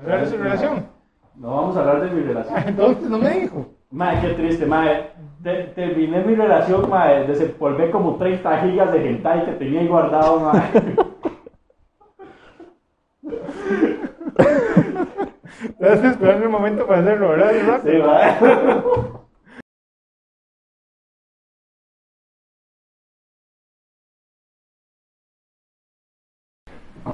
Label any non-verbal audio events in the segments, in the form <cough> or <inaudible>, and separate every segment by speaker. Speaker 1: ¿Hablar de su relación?
Speaker 2: No vamos a hablar de mi relación.
Speaker 1: Entonces no me dijo.
Speaker 2: Mae, qué triste, mae. Te- terminé mi relación, mae. Desempolvé como 30 gigas de hentai que tenía ahí guardado, mae.
Speaker 1: Estás esperando un momento para hacerlo, ¿verdad? Isaac?
Speaker 2: Sí, <laughs> mae.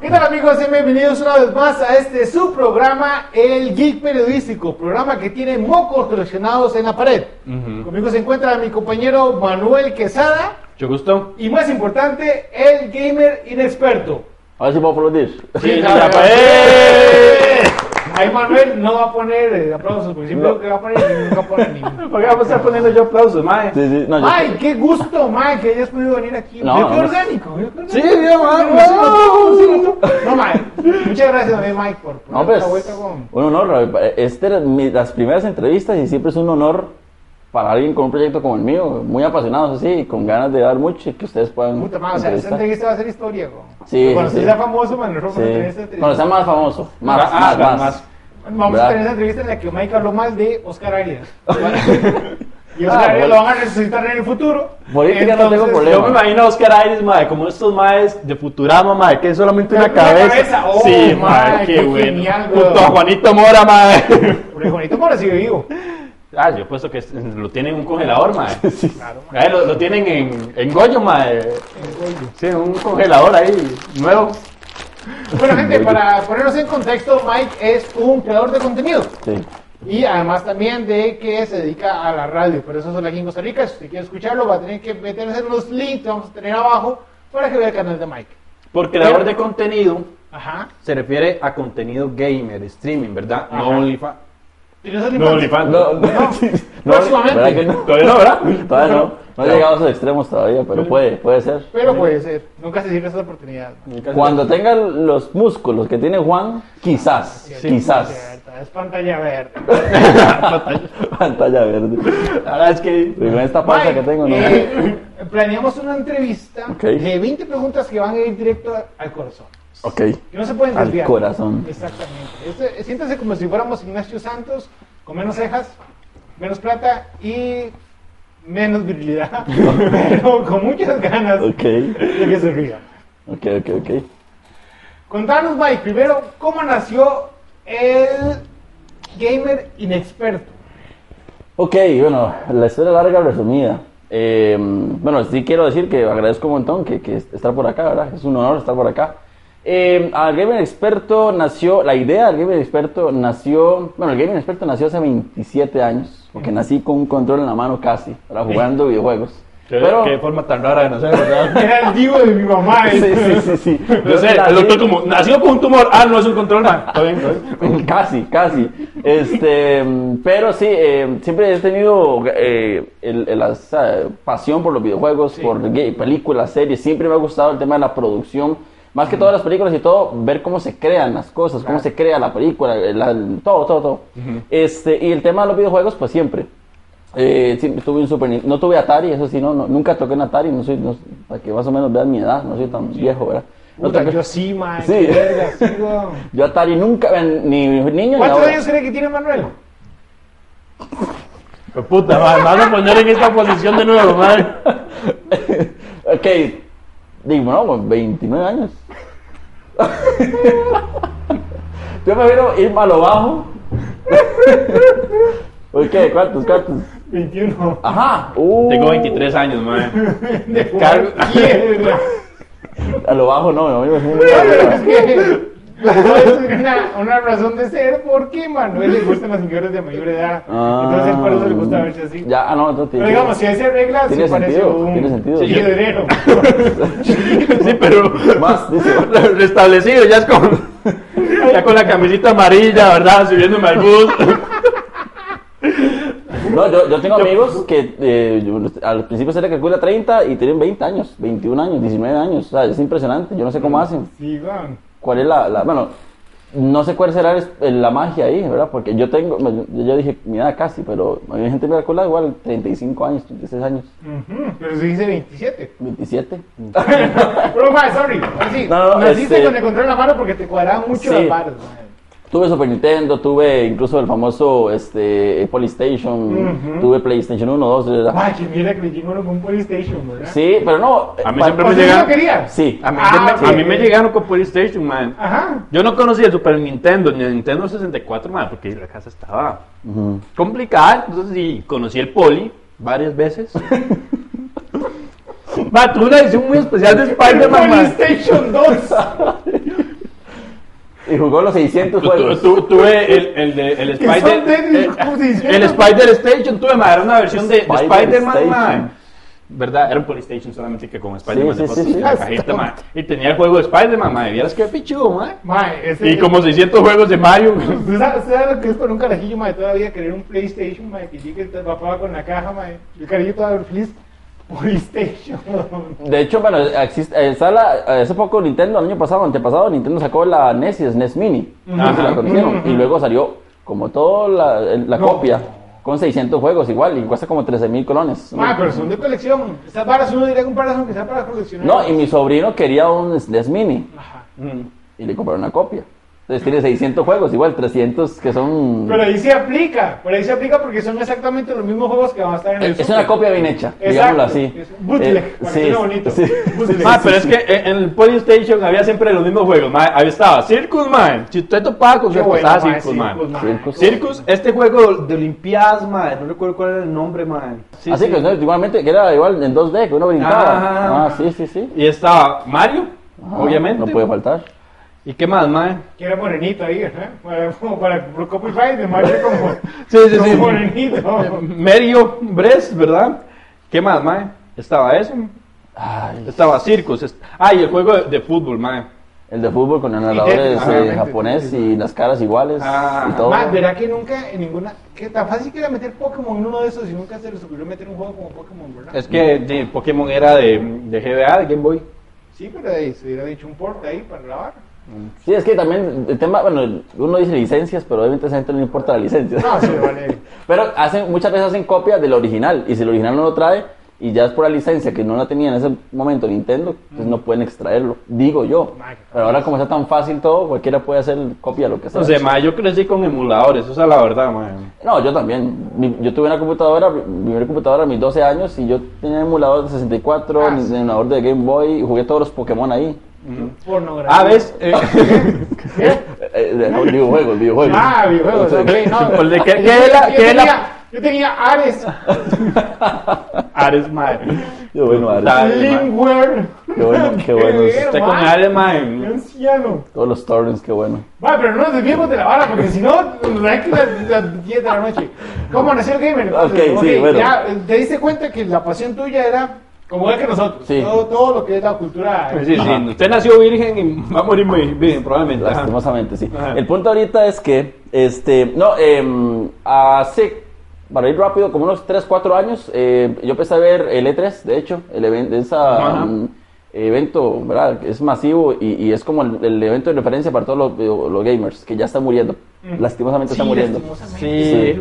Speaker 1: ¿Qué tal amigos? Sean bienvenidos una vez más a este su programa, El Geek Periodístico, programa que tiene mocos coleccionados en la pared. Conmigo se encuentra mi compañero Manuel Quesada
Speaker 3: Mucho gusto.
Speaker 1: y más importante, el gamer inexperto.
Speaker 3: A ver si puedo aplaudir. <laughs> ¡Eh!
Speaker 1: Sí,
Speaker 2: la
Speaker 1: pared. Ahí Manuel no va a poner eh, aplausos, porque siempre
Speaker 3: No.
Speaker 1: digo que va a poner y nunca pone ninguno.
Speaker 2: <laughs> ¿Por qué vamos a estar poniendo yo aplausos, mae?
Speaker 3: Sí, sí, no, yo.
Speaker 1: Ay, qué gusto, man, que hayas podido venir aquí.
Speaker 3: No,
Speaker 1: Mira, qué
Speaker 3: no.
Speaker 1: orgánico. mira, qué
Speaker 3: Sí,
Speaker 1: orgánico.
Speaker 3: bien, man,
Speaker 1: Sí, lo toco, sí, lo
Speaker 3: wow.
Speaker 1: toco. No, man. Muchas gracias también, Mike, por por
Speaker 3: No, pues,
Speaker 1: esta vuelta con-
Speaker 3: un honor. eh, Este era mi- las primeras entrevistas y siempre es un honor para alguien con un proyecto como el mío, muy apasionado, así, y con ganas de dar mucho y que ustedes puedan.
Speaker 1: Puta madre, o sea, esta
Speaker 3: entrevistar.
Speaker 1: entrevista va a ser historia, güey.
Speaker 3: Sí,
Speaker 1: Cuando
Speaker 3: sí,
Speaker 1: se
Speaker 3: sí.
Speaker 1: sea famoso, man, nosotros vamos a tener esta
Speaker 3: Sí. Cuando
Speaker 1: entrevista.
Speaker 3: sea más famoso. Más,
Speaker 2: Ah, más,
Speaker 3: más, más.
Speaker 2: más.
Speaker 1: Vamos a
Speaker 3: ¿Verdad?
Speaker 1: tener esa entrevista en la que Mike habló mal de Oscar
Speaker 3: <laughs>
Speaker 1: Arias. Y Oscar
Speaker 3: Ah,
Speaker 1: Arias
Speaker 3: bueno.
Speaker 1: lo van a resucitar en el futuro.
Speaker 3: Política no tengo
Speaker 1: Entonces,
Speaker 3: problema.
Speaker 2: Yo me imagino a Oscar Aires, mae, como estos maes de Futurama, mae, que es solamente una
Speaker 1: Una cabeza.
Speaker 2: cabeza.
Speaker 1: Oh,
Speaker 2: sí, mae,
Speaker 1: mae,
Speaker 2: qué,
Speaker 1: qué
Speaker 2: bueno.
Speaker 1: genial,
Speaker 2: Junto
Speaker 1: weón.
Speaker 2: a Juanito Mora, mae.
Speaker 1: Porque Juanito Mora sigue
Speaker 3: <laughs>
Speaker 1: vivo.
Speaker 2: <laughs> Ah, yo puesto que es- lo tienen en un congelador, mae.
Speaker 1: Claro, man.
Speaker 2: Ahí Eh, lo, lo tienen en, en Goyo, mae.
Speaker 1: Oye.
Speaker 2: Sí, un congelador ahí, nuevo.
Speaker 1: Bueno, gente, para ponernos en contexto, Mike es un creador de contenido.
Speaker 3: Sí.
Speaker 1: Y además también de que se dedica a la radio, pero eso solo aquí en Costa Rica. Si usted quiere escucharlo, va a tener que meterse en los links que vamos a tener abajo para que vea el canal de Mike.
Speaker 2: Por creador de contenido
Speaker 1: Ajá.
Speaker 2: se refiere a contenido gamer, streaming, ¿verdad? No
Speaker 1: Ajá.
Speaker 2: OnlyFans.
Speaker 1: ¿Tienes
Speaker 2: <laughs> No Pues OnlyFans.
Speaker 3: No, no,
Speaker 1: Próximamente.
Speaker 3: ¿verdad que no?
Speaker 2: Todavía no, ¿verdad?
Speaker 3: Todavía no. No
Speaker 2: No.
Speaker 3: llegamos a extremos todavía, pero puede, puede ser.
Speaker 1: Pero puede ser. Nunca se sirve esa oportunidad.
Speaker 3: Cuando tenga los músculos que tiene Juan, quizás,
Speaker 1: Sí, Es,
Speaker 3: quizás.
Speaker 1: cierto, es pantalla verde.
Speaker 3: <laughs> Pantalla verde.
Speaker 2: La verdad es que.
Speaker 3: Y con esta panza
Speaker 1: Mike,
Speaker 3: que tengo, no.
Speaker 1: eh, <laughs> planeamos una entrevista
Speaker 3: Ok.
Speaker 1: de 20 preguntas que van a ir directo al corazón.
Speaker 3: Ok.
Speaker 1: Que no se pueden
Speaker 3: Al
Speaker 1: desviar.
Speaker 3: corazón.
Speaker 1: Exactamente. Este- siéntese como si fuéramos Ignacio Santos, con menos cejas, menos plata y menos
Speaker 3: <laughs>
Speaker 1: virilidad, pero con muchas ganas
Speaker 3: Ok.
Speaker 1: de que se rían.
Speaker 3: Ok, ok, ok.
Speaker 1: Contanos, Mike, primero, ¿cómo nació el gamer
Speaker 3: <laughs>
Speaker 1: inexperto?
Speaker 3: Ok, bueno, la historia larga resumida. Eh, bueno, sí quiero decir que agradezco un montón que, que estar por acá, ¿verdad? Es un honor estar por acá. Eh, al Gamer Experto nació, la idea del Gamer Experto nació, bueno, el Gamer Experto nació hace 27 años, porque nací con un control en la mano casi, ¿verdad? jugando videojuegos. Pero,
Speaker 2: Qué forma tan rara de nacer, ¿verdad?
Speaker 1: Era el divo de mi mamá.
Speaker 3: <laughs> sí,
Speaker 1: ¿eh?
Speaker 3: sí, sí, sí.
Speaker 2: <laughs> No sé, el
Speaker 3: Nací-
Speaker 2: doctor como, nació con un tumor. Ah, no, es un control. Ah, está bien, está bien.
Speaker 3: <laughs> casi, casi. Este, mm, pero sí, eh, siempre he tenido eh, el- el- la esa pasión por los videojuegos, por ga- películas, series. Siempre me ha gustado el tema de la producción. Más que todas las películas y todo, ver cómo se crean las cosas,
Speaker 1: Ah.
Speaker 3: cómo se crea la película, eh, la- todo, todo, todo. Este, y el tema de los videojuegos, pues siempre. Eh, siempre tuve un Super Nin- no tuve Atari, eso sí, no, no, nunca toqué un Atari, no soy, no- para que más o menos vean mi edad, no soy tan viejo, ¿verdad? No
Speaker 1: Puta,
Speaker 3: toqué-
Speaker 1: yo sí, Mike.
Speaker 3: Sí.
Speaker 1: qué verga, sí,
Speaker 3: <laughs>
Speaker 1: weón.
Speaker 3: yo Atari nunca, ni niño ni
Speaker 1: ¿Cuántos
Speaker 3: ahora.
Speaker 1: años cree que tiene Manuel?
Speaker 2: Pues puta, madre, me van a poner en esta posición de nuevo, madre.
Speaker 3: Ok, digo, no, pues, 29 años. <laughs> Yo prefiero irme a lo bajo. <laughs> Ok, ¿cuántos, cuántos?
Speaker 1: 21.
Speaker 3: Ajá, uh,
Speaker 2: Tengo 23 años, madre.
Speaker 1: <laughs> De
Speaker 2: Cargo-
Speaker 1: piedra.
Speaker 3: <laughs> A lo bajo no, no, yo me fui
Speaker 1: Pero <laughs> es que no es una, una razón de ser porque Manuel le gustan las mujeres de mayor edad.
Speaker 3: Ah.
Speaker 1: Entonces por eso le gusta verse así.
Speaker 3: Ya, ah, no, entonces
Speaker 1: Pero digamos, si ese regla, sí
Speaker 3: Tiene
Speaker 1: parece
Speaker 3: sentido,
Speaker 1: un
Speaker 3: tiene sentido.
Speaker 1: piedrero.
Speaker 2: <laughs> Sí, pero.
Speaker 3: Más, dice.
Speaker 2: re- <laughs> Restablecido, ya es como. Ya con la camisita amarilla, ¿verdad? Subiéndome al bus.
Speaker 3: No, yo, yo tengo amigos que eh, yo- al principio se le calcula 30 y tienen 20 años, 21 años, 19 años. O sea, es impresionante, yo no sé
Speaker 1: Mm.
Speaker 3: cómo hacen.
Speaker 1: Sí, weón.
Speaker 3: ¿Cuál es la, la- bueno, no sé cuál será el- el- la magia ahí, ¿verdad? Porque yo tengo, yo, yo dije, mira, casi, pero hay gente que me calcula igual 35 años, 36 años,
Speaker 1: Ujú, Pero se dice 27.
Speaker 3: 27.
Speaker 2: Mm.
Speaker 1: Pero, ma, sorry. Así,
Speaker 3: No, no,
Speaker 1: naciste
Speaker 3: este-
Speaker 1: con el control en la mano porque te cuadraban mucho
Speaker 3: Sí.
Speaker 1: las manos. ma.
Speaker 3: <laughs> Tuve Super Nintendo, tuve incluso el famoso este, Polystation,
Speaker 1: Ujú.
Speaker 3: tuve PlayStation 1, 2, ¿verdad?
Speaker 1: Ay, que mira que le llegó uno con un PlayStation, ¿verdad?
Speaker 3: Sí, pero no.
Speaker 2: A mí
Speaker 3: pa-
Speaker 2: siempre
Speaker 1: O
Speaker 2: me
Speaker 1: sea, yo lo
Speaker 2: llegaron.
Speaker 1: quería.
Speaker 3: Sí,
Speaker 2: A mí,
Speaker 1: Ah,
Speaker 2: me, a
Speaker 1: sí.
Speaker 2: mí me llegaron con PlayStation, man.
Speaker 1: Ajá.
Speaker 2: Yo no conocía el Super Nintendo ni el Nintendo 64, man, porque la casa estaba
Speaker 3: Ujú.
Speaker 2: complicada. Entonces, sí, conocí el Poli varias
Speaker 3: <laughs>
Speaker 2: veces. Man, tuve una edición muy especial de
Speaker 1: El
Speaker 2: Spider-Man, man.
Speaker 1: PlayStation
Speaker 3: <laughs>
Speaker 1: 2.
Speaker 3: Y jugó los 600
Speaker 2: Tu- tu-
Speaker 3: juegos.
Speaker 2: tu- Tuve el, el de- el
Speaker 1: Que son
Speaker 2: Spider... eh,
Speaker 1: técnicos, ¿cómo se dice?
Speaker 2: El Spider Station, tuve, man, era una versión de, de
Speaker 3: Spider
Speaker 2: Spider-Man,
Speaker 3: Station.
Speaker 2: man. ¿Verdad? Era un PlayStation solamente que con Spider-Man
Speaker 3: Sí,
Speaker 2: de
Speaker 3: sí, sí,
Speaker 2: fotos,
Speaker 3: sí.
Speaker 2: la cajita, man. Y tenía el juego de Spider-Man, man. Vieras qué pichudo, man.
Speaker 1: Mae, ese-
Speaker 2: Y como 600 juegos de
Speaker 3: <laughs>
Speaker 2: Mario.
Speaker 1: ¿Tú sabes, tú sabes Pues, lo que es para un carajillo, mae, todavía querer un PlayStation, mae, que llegue el papá con la caja, mae? El carajillo todavía feliz. PlayStation. <laughs>
Speaker 3: De hecho, bueno, existe, eh, está la- eh, hace poco Nintendo, el año pasado, antepasado, Nintendo sacó la NES y SNES Mini. No sé si la conocieron. Y luego salió, como toda la, el- la
Speaker 1: No.
Speaker 3: copia, con 600 juegos igual, y cuesta como 13 mil colones.
Speaker 1: Mae, Ah, pero son de colección. Esas varas uno diría comprarlas aunque sea para coleccionar.
Speaker 3: No, y mi sobrino quería un SNES Mini,
Speaker 1: Ajá.
Speaker 2: Mm.
Speaker 3: y le compraron una copia. Entonces tiene 600 juegos, igual 300 que son...
Speaker 1: Pero ahí se aplica, pero ahí se aplica porque son exactamente los mismos juegos que van a estar en el
Speaker 3: Es eh, es
Speaker 1: súper.
Speaker 3: una copia bien hecha,
Speaker 1: Exacto.
Speaker 3: digámoslo así.
Speaker 1: Es un bootleg,
Speaker 3: Eh,
Speaker 1: para que suene bonito. Bootleg.
Speaker 2: Ah, pero es que en en el PlayStation había siempre los mismos juegos. man. Ahí estaba Circus, man. Si usted topaba con
Speaker 1: Qué
Speaker 2: Circus,
Speaker 1: bueno,
Speaker 2: estaba
Speaker 1: mae,
Speaker 2: Circus,
Speaker 1: Circus,
Speaker 2: man.
Speaker 1: mae.
Speaker 3: Circus.
Speaker 2: Circus, este juego de Olimpiadas, man. No recuerdo cuál era el nombre, man. Sí,
Speaker 3: <laughs> así
Speaker 2: sí.
Speaker 3: que ¿no? igualmente, que era igual en 2D, que uno brincaba.
Speaker 2: Ajá.
Speaker 3: Ah, sí, sí, sí.
Speaker 2: Y estaba Mario,
Speaker 3: Ajá,
Speaker 2: obviamente.
Speaker 3: Ah, No puede faltar.
Speaker 2: ¿Y qué más, man?
Speaker 1: Que era morenito ahí, ¿eh? Para, como para por copyright, de Mario como,
Speaker 2: Sí, sí,
Speaker 1: como
Speaker 2: sí.
Speaker 1: morenito.
Speaker 2: Mario Bres, ¿verdad? ¿Qué más, man? Estaba eso.
Speaker 3: Ay,
Speaker 2: Estaba Circus. est- Ah, y el juego de, de fútbol, man.
Speaker 3: el de fútbol con narradores
Speaker 1: Ajá,
Speaker 3: eh,
Speaker 1: sí,
Speaker 3: japonés
Speaker 1: sí,
Speaker 3: y las caras iguales
Speaker 2: Ah,
Speaker 3: y todo.
Speaker 1: Más, verá que nunca en ninguna. Que tan fácil que era meter Pokémon en uno de esos y nunca se les ocurrió meter un juego como Pokémon, ¿verdad?
Speaker 2: Es que de Pokémon era de, de GBA, de Game Boy.
Speaker 1: Sí, pero ahí se hubiera dicho un port ahí para grabar.
Speaker 2: <laughs>
Speaker 3: Sí, es que también el tema, bueno, uno dice licencias, pero obviamente a esa gente no le importa la licencia.
Speaker 1: No, sí, vale.
Speaker 3: <laughs> Pero hacen, muchas veces hacen copias del original y si el original no lo trae y ya es por la licencia que no la tenía en ese momento Nintendo,
Speaker 1: Mm.
Speaker 3: pues no pueden extraerlo, digo yo.
Speaker 1: Ma, qué tal.
Speaker 3: Pero ahora como está tan fácil todo, cualquiera puede hacer copia de lo que sea.
Speaker 2: No sé, ma, yo crecí con emuladores, esa es la verdad, man.
Speaker 3: No, yo también. Mi- Yo tuve una computadora, mi primera computadora a mis 12 años y yo tenía emulador de 64,
Speaker 1: Ah,
Speaker 3: mi-
Speaker 1: sí.
Speaker 3: emulador de Game Boy y jugué todos los Pokémon ahí.
Speaker 1: Pornografía.
Speaker 2: Ah, ¿ves? Eh, <laughs>
Speaker 1: ¿Qué?
Speaker 3: Eh, eh, de- no, videojuegos, videojuegos.
Speaker 1: Ah,
Speaker 2: <laughs>
Speaker 1: videojuegos,
Speaker 3: O sea,
Speaker 1: ok, no.
Speaker 2: ¿Cuál de qué-
Speaker 1: Yo
Speaker 2: qué es la-
Speaker 1: tenía-
Speaker 2: qué es la-
Speaker 1: Yo tenía, yo tenía Ares,
Speaker 2: Ares, man.
Speaker 3: Yo, bueno, Ares,
Speaker 2: Ah, Ares,
Speaker 1: <laughs>
Speaker 2: man.
Speaker 1: Lingware.
Speaker 3: Qué bueno,
Speaker 1: <laughs>
Speaker 3: qué bueno.
Speaker 1: verga,
Speaker 2: Usted con
Speaker 1: man.
Speaker 2: Ares,
Speaker 1: Qué
Speaker 2: man.
Speaker 1: anciano.
Speaker 3: Todos los torrents, qué bueno.
Speaker 1: Va, pero no nos desviemos de la vara, porque si no, nos da aquí las las 10 de la noche. ¿Cómo nació el gamer? Entonces,
Speaker 3: Ok, sí,
Speaker 1: ok,
Speaker 3: bueno.
Speaker 1: Ya eh, te diste cuenta que la pasión tuya era como es que nosotros.
Speaker 3: Sí.
Speaker 1: Todo, todo lo que es la cultura. eh,
Speaker 2: Sí, sí, usted nació virgen y va a morir muy virgen, probablemente. ajá.
Speaker 3: Lastimosamente, sí.
Speaker 2: Ajá.
Speaker 3: El punto ahorita es que, este, no, em, hace, para ir rápido, como unos 3, 4 años, eh, yo empecé a ver el E3, de hecho, el evento,
Speaker 2: Ajá.
Speaker 3: evento, ¿verdad? que Es masivo y, y es como el, el evento de referencia para todos los, video- los gamers, que ya están muriendo. Lastimosamente están muriendo.
Speaker 2: Sí.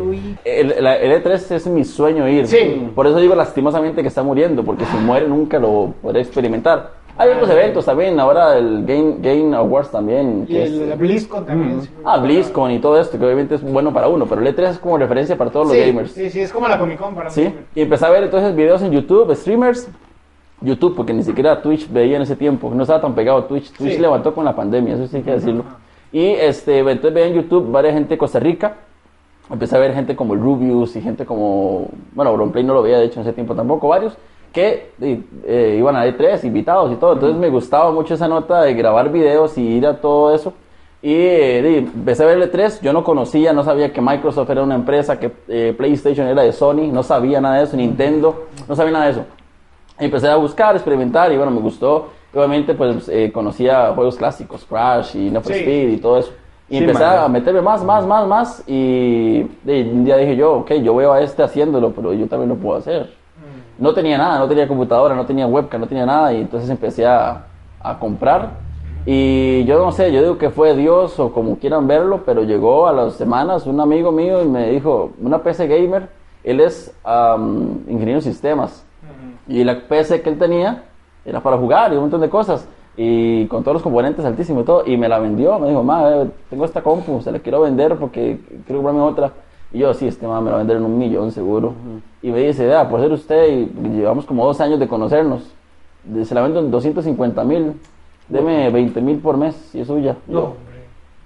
Speaker 3: El, la- el E3 es mi sueño ir.
Speaker 1: Sí.
Speaker 3: Por eso digo lastimosamente que está muriendo, porque si muere nunca lo podré experimentar. Hay otros eventos también, ahora el Game, Game Awards también.
Speaker 1: Y
Speaker 3: que es-
Speaker 1: el, la BlizzCon también. sí.
Speaker 3: Mm. Ah, BlizzCon y todo esto, que obviamente es bueno para uno, pero el E3 es como referencia para todos
Speaker 1: Sí,
Speaker 3: los gamers.
Speaker 1: Sí, sí, es como la Comic Con para
Speaker 3: ¿sí?
Speaker 1: mí.
Speaker 3: Y empecé a ver entonces videos en YouTube, streamers, YouTube, porque ni siquiera Twitch veía en ese tiempo, no estaba tan pegado Twitch, Twitch
Speaker 1: Sí.
Speaker 3: levantó con la pandemia, eso sí hay que decirlo. Y este, entonces veía en YouTube varias gente de Costa Rica, empecé a ver gente como el Rubius y gente como, bueno, Auronplay no lo veía de hecho en ese tiempo tampoco, varios que y, eh, iban a E3, invitados y todo, entonces me gustaba mucho esa nota de grabar videos y ir a todo eso. Y eh, di, empecé a ver el E3, yo no conocía, no sabía que Microsoft era una empresa, que eh, PlayStation era de Sony, no sabía nada de eso, Nintendo, no sabía nada de eso. Y empecé a buscar, experimentar y bueno, me gustó. Obviamente pues eh, conocía juegos clásicos, Crash y No for
Speaker 1: Sí.
Speaker 3: Speed y todo eso. Y
Speaker 2: Sí,
Speaker 3: empecé
Speaker 2: man.
Speaker 3: a meterme más, más, más, más y, y un día dije yo, ok, yo veo a este haciéndolo, pero yo también lo puedo hacer. No tenía nada, no tenía computadora, no tenía webcam, no tenía nada y entonces empecé a, a comprar. Y yo no sé, yo digo que fue Dios o como quieran verlo, pero llegó a las semanas un amigo mío y me dijo, una PC gamer, él es am, ingeniero en sistemas. Y la PC que él tenía era para jugar y un montón de cosas. y con todos los componentes altísimos y todo, y me la vendió, me dijo, ma, eh, tengo esta compu, se la quiero vender porque quiero comprarme otra. Y yo, sí, este ma me la va a vender en un millón seguro. Y me dice, vea, por ser usted, y llevamos como dos años de conocernos, de- se la vendo en 250 mil, deme 20 mil por mes y es suya. Y yo,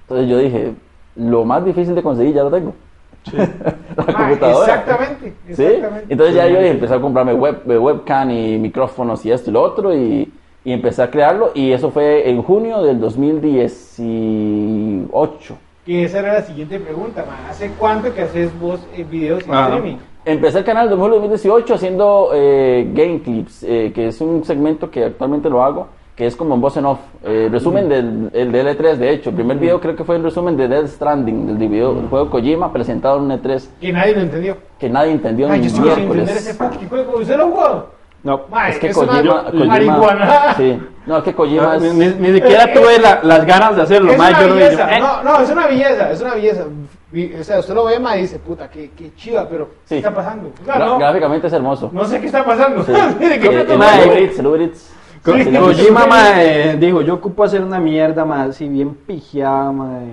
Speaker 3: entonces yo dije, lo más difícil de conseguir ya lo tengo. <laughs> la
Speaker 1: Ah,
Speaker 3: computadora.
Speaker 1: exactamente,
Speaker 3: ¿Sí?
Speaker 1: exactamente.
Speaker 3: Entonces ya yo empecé a comprarme web, eh, webcam y micrófonos y esto y lo otro y, y empecé a crearlo y eso fue en junio del 2018.
Speaker 1: Que esa era la siguiente pregunta, ma. ¿Hace cuánto que haces vos eh, videos en
Speaker 2: Ah.
Speaker 1: streaming?
Speaker 3: Empecé el canal en 2018 haciendo eh, game clips, eh, que es un segmento que actualmente lo hago, que es como en voz en off. Eh, resumen del el de L3, de hecho. El primer video creo que fue el resumen de Dead Stranding, del video, del juego Kojima presentado en un E3
Speaker 1: Que nadie lo entendió.
Speaker 3: que nadie entendió
Speaker 1: Ay,
Speaker 3: ni
Speaker 1: Ah, yo sí quiero entender
Speaker 3: miércoles.
Speaker 1: ese fucking juego. ¿Usted lo ha jugado?
Speaker 2: No.
Speaker 1: Ma,
Speaker 3: Es que
Speaker 1: una
Speaker 3: Kojima, Kojima-
Speaker 1: marihuana.
Speaker 3: sí. No, es que
Speaker 1: Ah,
Speaker 3: Kojima
Speaker 2: Ni, ni-
Speaker 3: es...
Speaker 2: ni siquiera tuve la- las ganas de hacerlo,
Speaker 1: Eh, Es
Speaker 2: ma,
Speaker 1: una
Speaker 2: yo lo vi, yo,
Speaker 1: belleza,
Speaker 2: eh.
Speaker 1: no, no, es una belleza, es una belleza. Vi- O sea, usted lo ve, ma, y dice, puta, qué, qué chiva, pero ¿qué
Speaker 3: Sí.
Speaker 1: está pasando? O sea,
Speaker 3: gra-
Speaker 1: no,
Speaker 3: Gráficamente es hermoso.
Speaker 1: no sé qué está pasando. <laughs>
Speaker 3: Sí.
Speaker 1: ¿De qué
Speaker 3: Eh,
Speaker 1: trata?
Speaker 3: el
Speaker 2: mae.
Speaker 3: Uber Eats, el Uber Eats.
Speaker 2: Ko-
Speaker 1: Sí,
Speaker 3: Sí, le-
Speaker 2: Kojima, mae, dijo, yo ocupo hacer una mierda, mae, así bien pijada, mae.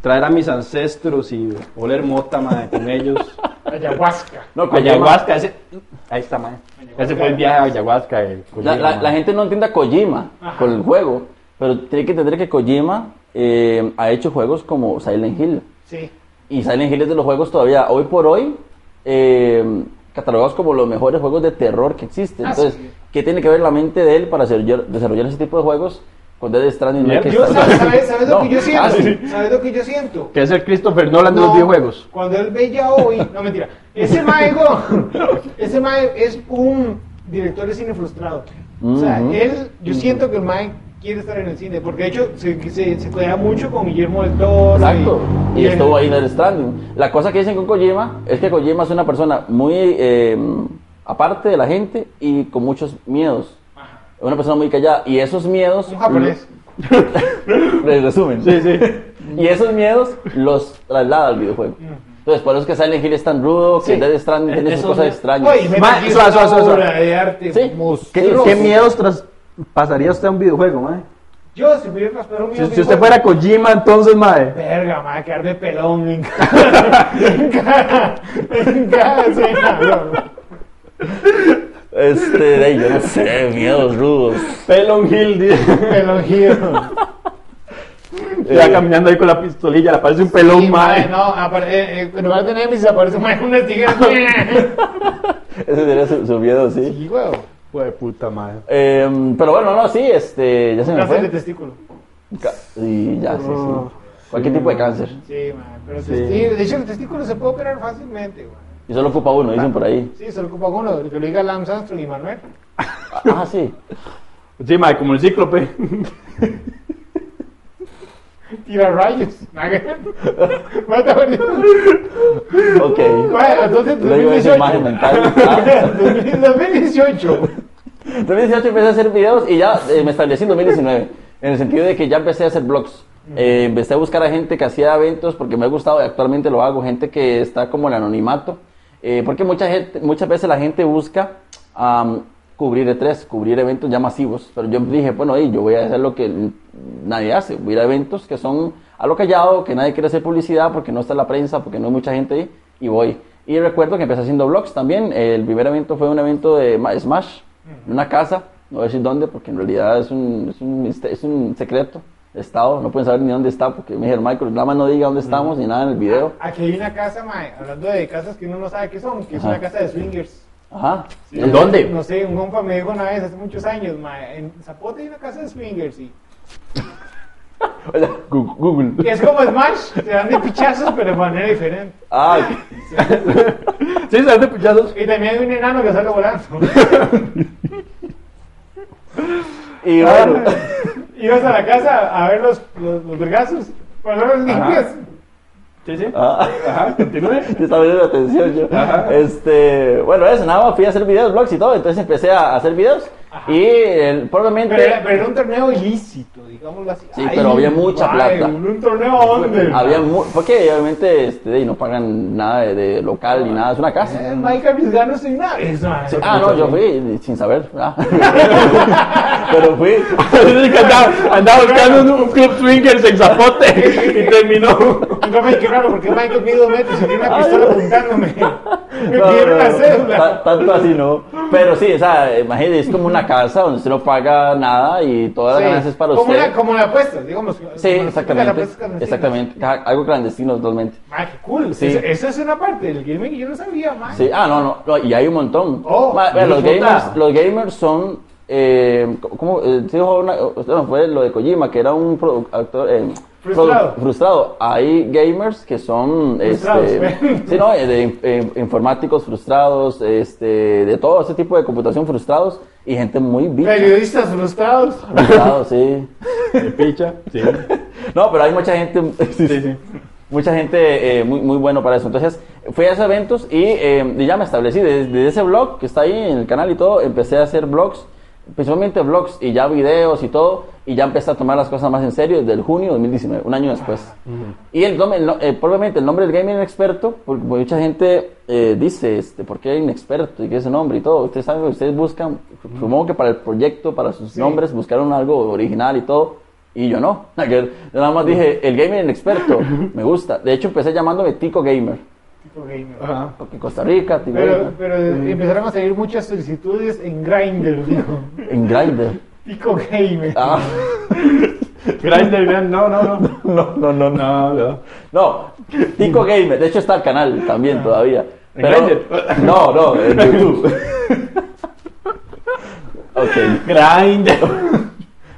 Speaker 2: Traer a mis ancestros y oler mota, mae, con <laughs> ellos.
Speaker 1: Ayahuasca.
Speaker 3: No, Kojima-
Speaker 2: ayahuasca, ese... Ahí está, mae. Ese fue el viaje a ayahuasca. eh, Kojima,
Speaker 3: La, la-
Speaker 2: mae.
Speaker 3: la gente no entiende a Kojima con el juego, pero tiene que entender que Kojima eh, ha hecho juegos como Silent Hill.
Speaker 1: Sí.
Speaker 3: Y Silent Hill es de los juegos todavía, hoy por hoy, eh, catalogados como los mejores juegos de terror que existen.
Speaker 1: Ah,
Speaker 3: Entonces,
Speaker 1: sí.
Speaker 3: ¿qué tiene que ver la mente de él para desarrollar, desarrollar ese tipo de juegos con Dead Stranding? No hay que
Speaker 1: Yo,
Speaker 3: estar-
Speaker 1: ¿sabes, sabes- sabes lo
Speaker 3: No, Ah,
Speaker 1: que yo
Speaker 2: Ah,
Speaker 1: siento?
Speaker 3: casi.
Speaker 1: ¿Sabes lo que yo siento?
Speaker 2: Que es el Christopher Nolan de los
Speaker 1: No,
Speaker 2: videojuegos.
Speaker 1: Cuando él ve ya hoy, no mentira, ese maego,
Speaker 2: <laughs>
Speaker 1: ese mae es un director de cine frustrado. O sea,
Speaker 3: Ujú.
Speaker 1: él, yo siento que el mae quiere estar en el cine, porque de hecho se, se, se cuidaba mucho con Guillermo del Toro.
Speaker 3: Exacto. Y,
Speaker 1: el-
Speaker 3: estuvo ahí en el Stranding. La cosa que dicen con Kojima es que Kojima es una persona muy eh, aparte de la gente y con muchos miedos. Es una persona muy callada. Y esos miedos. Mm.
Speaker 1: Un japonés.
Speaker 2: Mm.
Speaker 3: En resumen.
Speaker 2: Sí, sí.
Speaker 3: Y esos miedos los traslada al videojuego. Entonces, por eso es que Silent Hill es tan rudo, que
Speaker 2: Sí.
Speaker 3: Dead Stranding tiene sus
Speaker 2: Esos
Speaker 3: cosas
Speaker 2: mie-
Speaker 3: extrañas.
Speaker 1: Oye, me
Speaker 2: Ma,
Speaker 1: metí
Speaker 2: suave,
Speaker 1: una
Speaker 2: suave, suave,
Speaker 1: obra
Speaker 2: suave.
Speaker 1: de arte
Speaker 3: Sí.
Speaker 2: ¿Qué,
Speaker 1: monstruosa.
Speaker 2: qué miedos tras- pasaría usted a un videojuego, mae?
Speaker 1: Yo, si pudiera raspar un
Speaker 2: Si,
Speaker 1: video
Speaker 2: si usted fuera Kojima, entonces, mae.
Speaker 1: Verga, mae, quedarme pelón en
Speaker 3: <laughs>
Speaker 1: cada, en cada, en cada escena, bro.
Speaker 3: Este, de ahí, yo no sé, miedos rudos.
Speaker 2: Pelon Hill, dice.
Speaker 1: Pelón giro.
Speaker 2: <laughs> Ya caminando ahí con la pistolilla, le aparece un
Speaker 3: Oh,
Speaker 2: pelón,
Speaker 1: Sí,
Speaker 2: Eh. mae.
Speaker 1: mae, no, apare- eh, eh, en lugar de Nemesis aparece mae, con unas tijeras.
Speaker 3: Ese sería su, su miedo, <laughs> sí.
Speaker 1: y huevo,
Speaker 2: Hijo de puta, mae.
Speaker 3: Em, pero bueno, no, sí, este, ya se me
Speaker 1: cáncer
Speaker 3: fue.
Speaker 1: de testículo.
Speaker 3: Ca- Y ya, sí,
Speaker 2: Oh,
Speaker 3: sí. Cualquier
Speaker 2: sí.
Speaker 3: tipo de cáncer.
Speaker 1: Sí, mae, pero
Speaker 2: Sí.
Speaker 1: testi- de hecho el testículo se puede operar fácilmente, güey.
Speaker 3: Y solo ocupa uno, dicen por ahí.
Speaker 1: Sí, se lo ocupa uno, que lo diga Lance Armstrong y Manuel.
Speaker 3: Ah,
Speaker 2: <laughs>
Speaker 3: sí.
Speaker 2: Sí, mae, como el cíclope.
Speaker 1: Tira
Speaker 3: <laughs>
Speaker 1: rayos. Nada que- Mata varios.
Speaker 3: Ok.
Speaker 1: Bueno, entonces
Speaker 3: Luego esa
Speaker 1: 2018.
Speaker 3: imagen mental. Ah.
Speaker 1: <laughs> 2018.
Speaker 3: 2018 empecé a hacer videos y ya eh, me establecí en 2019. En el sentido de que ya empecé a hacer blogs. Eh, empecé a buscar a gente que hacía eventos porque me ha gustado y actualmente lo hago. Gente que está como en anonimato. Eh, porque mucha gente, muchas veces la gente busca am, cubrir E3, cubrir eventos ya masivos. Pero yo dije, bueno, ey, yo voy a hacer lo que nadie hace. Voy a ir a eventos que son a lo callado, que nadie quiere hacer publicidad porque no está la prensa, porque no hay mucha gente ahí. Y voy. Y recuerdo que empecé haciendo blogs también. El primer evento fue un evento de Ma- Smash en una casa, no voy a decir dónde, porque en realidad es un, es un, miste- es un secreto de Estado, no pueden saber ni dónde está, porque me dijeron, Michael, nada más no diga dónde estamos ni nada en el video.
Speaker 1: Ah, Aquí hay una casa, mae, hablando de casas que uno no sabe qué son, que es
Speaker 3: Ajá.
Speaker 1: una casa de swingers.
Speaker 3: Ajá.
Speaker 2: ¿En dónde? <laughs>
Speaker 1: No sé, un compa me dijo una vez hace muchos años, mae, en Zapote hay una casa de swingers, sí.
Speaker 3: O sea, Gu- Google.
Speaker 1: Que es como Smash, se dan de pichazos, pero de manera diferente.
Speaker 3: Ah,
Speaker 2: Sí, sale de pichazos.
Speaker 1: Y también hay un enano que sale volando. <laughs>
Speaker 3: y bueno,
Speaker 1: Ibas a la casa a ver los, los, los vergazos, para ver los limpias.
Speaker 2: Sí, sí.
Speaker 3: <laughs> ah,
Speaker 2: Ajá, <laughs> continúe.
Speaker 3: te estaba viendo la atención yo. Este, bueno, eso, nada más fui a hacer videos, blogs y todo, entonces empecé a hacer videos. Y eh, probablemente...
Speaker 1: Pero, era- pero era un torneo ilícito, digámoslo así.
Speaker 3: Sí, pero había mucha plata.
Speaker 1: Un un torneo under.
Speaker 3: Había mu- porque obviamente este, y no pagan nada de, de local ni nada, es una casa.
Speaker 1: Eh, Mike Vizgano sin nada. Eso,
Speaker 3: Sí,
Speaker 1: eh,
Speaker 3: ah, no, yo fui sin saber, ¿verdad? <laughs> Pero fui.
Speaker 4: andaba, andaba buscando un, un club swinger en zapote y terminó.
Speaker 1: Nunca me quebraron porque Mike mide dos metros y tiene una pistola apuntándome. <laughs> Me
Speaker 3: No,
Speaker 1: pidieron
Speaker 3: no,
Speaker 1: la
Speaker 3: no,
Speaker 1: cédula.
Speaker 3: ta- Tanto así no. Pero sí, o sea, imagínate, es como una casa donde usted no paga nada y todas las
Speaker 1: Sí,
Speaker 3: ganancias es para
Speaker 1: como
Speaker 3: usted.
Speaker 1: La, como la apuesta, digamos.
Speaker 3: Sí,
Speaker 1: como la- la
Speaker 3: exactamente.
Speaker 1: apuesta pues, clandestina.
Speaker 3: Exactamente. Ca- Algo clandestino totalmente.
Speaker 1: Ah, qué cool.
Speaker 3: Sí.
Speaker 1: Esa, esa es una parte del gaming que yo no sabía, man.
Speaker 3: Sí, ah, no, no, no, y hay un montón.
Speaker 1: Oh,
Speaker 3: Ma- vea, los,
Speaker 1: puta.
Speaker 3: gamers, los gamers son. Eh, ¿Cómo? eh, sí, dijo una- usted no, fue lo de Kojima, que era un productor.
Speaker 1: Frustrado.
Speaker 3: frustrado. Hay gamers que son.
Speaker 1: Frustrados, <laughs>
Speaker 3: Este,
Speaker 1: ve.
Speaker 3: sí, no, eh, de, eh, informáticos frustrados, este, de todo ese tipo de computación frustrados y gente muy bicha.
Speaker 1: Periodistas frustrados.
Speaker 3: Ah, Frustrados, sí. <laughs>
Speaker 2: De picha. Sí.
Speaker 3: No, pero hay mucha gente.
Speaker 2: sí, sí.
Speaker 3: Mucha gente eh, muy, muy bueno para eso. Entonces, fui a esos eventos y, eh, y ya me establecí. Desde, desde ese blog que está ahí en el canal y todo, empecé a hacer blogs, principalmente blogs y ya videos y todo. Y ya empecé a tomar las cosas más en serio desde el junio de 2019, un año después. Y el, nom- el no- eh, probablemente el nombre del gaming experto, porque mucha gente eh, dice, este, ¿por qué inexperto? ¿Y qué es ese nombre y todo? Ustedes saben, ustedes buscan, supongo que para el proyecto, para sus nombres, pues, buscaron algo original y todo. Y yo no. <laughs> Yo nada más dije, el gamer experto, me gusta. De hecho, empecé llamándome Tico Gamer.
Speaker 1: Tipo gamer.
Speaker 2: Ajá.
Speaker 3: Porque Costa Rica, Tico
Speaker 1: Pero,
Speaker 3: Gamer.
Speaker 1: pero empezaron a salir muchas solicitudes en Grindr, <laughs> digo.
Speaker 3: En Grindr.
Speaker 1: Pico Gamer.
Speaker 3: Ah, <laughs>
Speaker 2: Grindr, vean, no, no, no.
Speaker 3: no, no, no, no.
Speaker 2: No, no.
Speaker 3: No, Tico Gamer. De hecho, está el canal también todavía.
Speaker 2: Ah. ¿En
Speaker 3: Pero-
Speaker 2: Grindr?
Speaker 3: No, no,
Speaker 2: <laughs>
Speaker 3: en YouTube. ok.
Speaker 2: Grindr.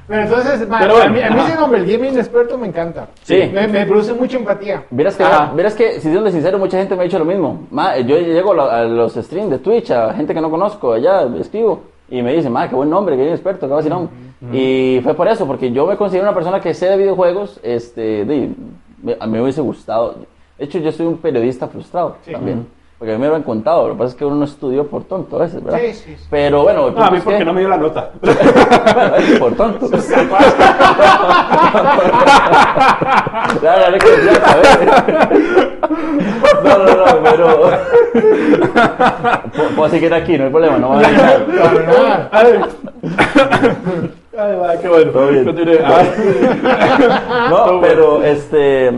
Speaker 1: Pero entonces, ma,
Speaker 2: Pero bueno,
Speaker 1: a mí, a mí
Speaker 2: ajá.
Speaker 1: ese nombre, el gaming experto, me encanta.
Speaker 3: Sí.
Speaker 1: Me, me produce mucha
Speaker 3: <laughs>
Speaker 1: empatía.
Speaker 3: Verás que,
Speaker 2: Ajá.
Speaker 3: verás que, si Dios sincero, mucha gente me ha dicho lo mismo. Ma, yo llego a lo- a los streams de Twitch, a gente que no conozco, allá escribo, y me dicen, ma, qué buen nombre, qué bien experto, qué vacilón. Y fue por eso, porque yo me considero una persona que sé de videojuegos, este, de- me- a mí me hubiese gustado. De hecho, yo soy un periodista frustrado
Speaker 1: Sí.
Speaker 3: también, porque a mí me lo han contado, lo que pasa es que uno no estudió por tonto a veces, ¿verdad?
Speaker 1: Sí, sí, sí.
Speaker 3: Pero bueno, el
Speaker 2: No, a mí
Speaker 3: punto es
Speaker 2: porque
Speaker 3: que-
Speaker 2: no me dio la nota.
Speaker 3: bueno, es por tonto.
Speaker 1: <laughs>
Speaker 3: Dale, dale, confianza, a ver. No, no, no, pero. Pu- Puedo seguir aquí, no hay problema, no va a
Speaker 1: <laughs>
Speaker 3: dejar.
Speaker 1: Para nada.
Speaker 2: Ay, Ay, va, qué bueno.
Speaker 3: Todo bien.
Speaker 2: Continúe. Ah,
Speaker 3: No, pero este.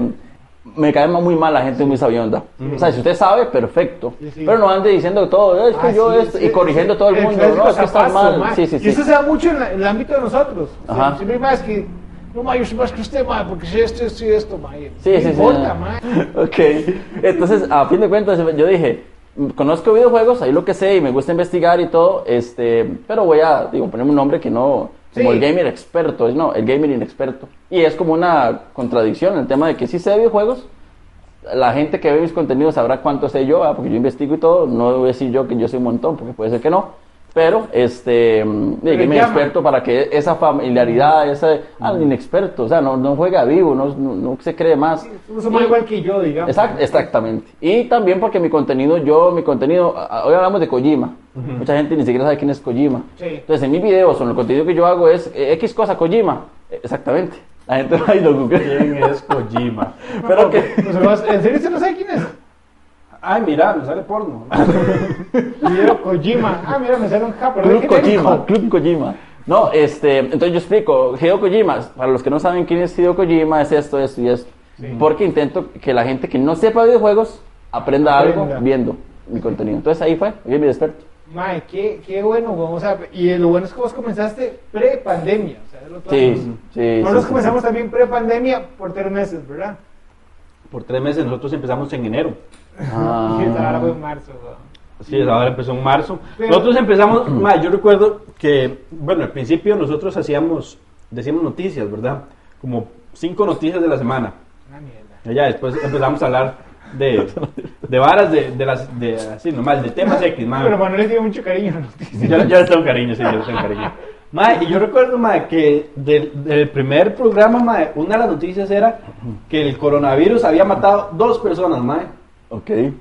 Speaker 3: Me cae ma- muy mal la gente muy sabionda. O sea, si usted sabe, perfecto.
Speaker 1: Sí, sí.
Speaker 3: Pero no ande diciendo todo, es que
Speaker 1: Ah,
Speaker 3: yo
Speaker 1: sí,
Speaker 3: esto,
Speaker 1: sí,
Speaker 3: y corrigiendo
Speaker 1: sí.
Speaker 3: todo el mundo,
Speaker 1: clásico
Speaker 3: no, es que está
Speaker 1: zapazo,
Speaker 3: mal.
Speaker 1: ma.
Speaker 3: Sí, sí,
Speaker 1: Y eso
Speaker 3: sí.
Speaker 1: se da mucho en, la- en el ámbito de nosotros. O sea,
Speaker 3: Ajá.
Speaker 1: Siempre hay más que, no, ma, yo soy más que usted, ma, porque si esto, esto y esto, ma. y-
Speaker 3: Sí,
Speaker 1: no
Speaker 3: sí, sí.
Speaker 1: importa, ma.
Speaker 3: <laughs> Ok. Entonces, a fin de cuentas, yo dije, "Mm, conozco videojuegos, ahí lo que sé y me gusta investigar y todo, este, pero voy a, digo, ponerme un nombre que no, como
Speaker 1: Sí.
Speaker 3: el gamer experto, no, el gamer inexperto. Y es como una contradicción el tema de que sí sé de videojuegos, la gente que ve mis contenidos sabrá cuánto sé yo, ah, porque yo investigo y todo, no voy a decir yo que yo soy un montón, porque puede ser que no. Pero, este, mm,
Speaker 1: Pero
Speaker 3: gamer
Speaker 1: llama.
Speaker 3: experto para que esa familiaridad, esa, al inexperto, o sea, no, no juega vivo, no, no, no se cree más.
Speaker 1: Uno somos
Speaker 3: Y-
Speaker 1: igual que yo, digamos.
Speaker 3: Exact- exactamente. Y también porque mi contenido, yo, mi contenido, a- a- hoy hablamos de Kojima. Mucha gente ni siquiera sabe quién es Kojima.
Speaker 1: Sí.
Speaker 3: Entonces, en mis videos, o en el contenido que yo hago es eh, X cosa Kojima. Eh, Exactamente. La gente va y lo googlea.
Speaker 2: ¿Quién es Kojima?
Speaker 3: <laughs> Pero que.
Speaker 1: O sea, vas- ¿En serio usted no sabe quién es?
Speaker 2: Ay, mira, me sale porno.
Speaker 1: Hideo Kojima. Ah, mira, me sale un capo. ¿verdad?
Speaker 3: Club
Speaker 1: Qué
Speaker 3: Kojima,
Speaker 1: técnico.
Speaker 3: Club Kojima. No, este, entonces yo explico, Hideo Kojima, para los que no saben quién es Hideo Kojima, es esto, esto y esto. Porque intento que la gente que no sepa videojuegos aprenda algo
Speaker 1: Aprenda.
Speaker 3: viendo mi contenido. Entonces ahí fue, yo mi experto.
Speaker 1: Mae, qué, qué bueno, weón. O sea, y lo bueno es que vos comenzaste pre-pandemia. O sea, es lo todo.
Speaker 3: Sí, sí.
Speaker 1: Nosotros
Speaker 3: sí, sí.
Speaker 1: comenzamos también pre-pandemia por tres meses, ¿verdad?
Speaker 2: Por tres meses, nosotros empezamos en enero.
Speaker 3: Ah.
Speaker 1: Y esa hora fue en marzo, weón.
Speaker 2: Sí, ahora empezó en marzo.
Speaker 1: Pero-
Speaker 2: Nosotros <clears throat> empezamos, ma, yo recuerdo que, bueno, al principio nosotros hacíamos, decíamos noticias, ¿verdad? Como cinco noticias de la semana.
Speaker 1: Una mierda.
Speaker 2: Y ya después empezamos a hablar de, de varas, de, de las, de, así nomás, de temas X, ma.
Speaker 1: Pero Manuel le tiene mucho cariño a la noticia.
Speaker 2: Yo, yo le tengo cariño, sí, yo le tengo cariño. Ma, y yo recuerdo, ma, que del, del primer programa, ma, una de las noticias era que el coronavirus había matado dos personas, ma.
Speaker 3: Ok.
Speaker 2: Que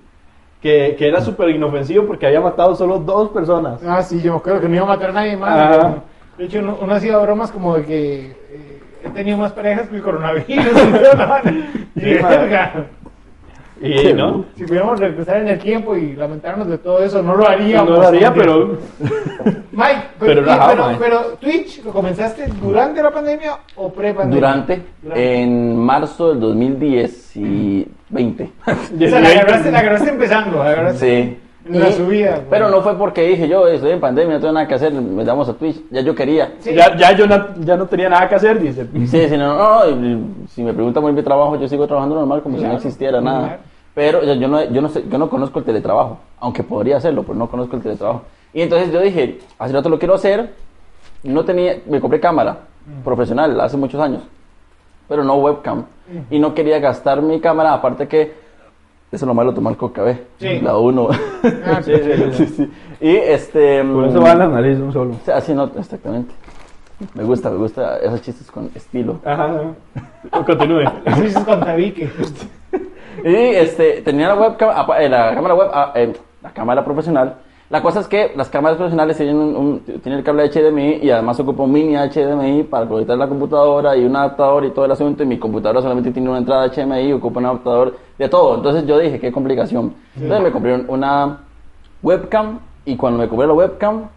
Speaker 2: que, que era súper inofensivo porque había matado solo dos personas.
Speaker 1: <laughs> Ah, sí, yo creo que no iba a matar a nadie más.
Speaker 2: Ajá.
Speaker 1: De hecho, uno, uno hacía bromas como de que eh, he tenido más parejas que el coronavirus. <laughs> y,
Speaker 2: Sí, ma.
Speaker 1: verga,
Speaker 2: Y no,
Speaker 1: si pudiéramos regresar en el tiempo y lamentarnos de todo eso, no lo
Speaker 2: no
Speaker 1: haríamos.
Speaker 2: lo haría, pero
Speaker 1: Mike, pero,
Speaker 2: Pero
Speaker 1: y-
Speaker 2: rajado,
Speaker 1: pero-
Speaker 2: Mike.
Speaker 1: pero Twitch, ¿lo comenzaste durante la pandemia o pre-pandemia?
Speaker 3: Durante, eh,
Speaker 1: Durante.
Speaker 3: en marzo del 2010 y 20.
Speaker 1: O sea, la agarraste, la agarraste empezando, la agarraste.
Speaker 3: sí.
Speaker 1: En la
Speaker 3: Y-
Speaker 1: subida, güey.
Speaker 3: Pero no fue porque dije yo, estoy en pandemia, no tengo nada que hacer, me damos a Twitch. Ya yo quería.
Speaker 1: Sí.
Speaker 2: ya, ya yo no, ya no tenía nada que hacer, dice.
Speaker 3: Sí, sí, no, no, no, y si me preguntan por mi trabajo, yo sigo trabajando normal como si no
Speaker 1: Claro,
Speaker 3: existiera nada.
Speaker 1: claro.
Speaker 3: Pero o sea, yo no, yo, no sé, yo no conozco el teletrabajo, aunque podría hacerlo, pero no conozco el teletrabajo. Y entonces yo dije, hace rato lo quiero hacer, no tenía, me compré cámara
Speaker 2: Mm.
Speaker 3: profesional hace muchos años, pero no webcam.
Speaker 2: Mm.
Speaker 3: Y no quería gastar mi cámara, aparte que, eso es lo malo de tomar coca, ¿ve?
Speaker 1: Sí.
Speaker 3: La uno. <laughs>
Speaker 1: Ah,
Speaker 2: Sí, sí, sí.
Speaker 3: Sí, sí. Y este...
Speaker 2: Por eso va a la nariz un solo.
Speaker 3: Sí, Así no, exactamente. Me gusta, me gusta esos chistes con estilo.
Speaker 2: Ajá. <laughs> Continúe.
Speaker 1: Así es con Tabique.
Speaker 3: Y este, tenía la webcam, apa- eh, la cámara web, ah, eh, la cámara profesional. La cosa es que las cámaras profesionales tienen, un, un- tienen el cable HDMI y además ocupa un mini HDMI para conectar la computadora y un adaptador y todo el asunto. Y mi computadora solamente tiene una entrada HDMI y ocupa un adaptador de todo. Entonces yo dije, qué complicación. Entonces me compré un- una webcam y cuando me compré la webcam,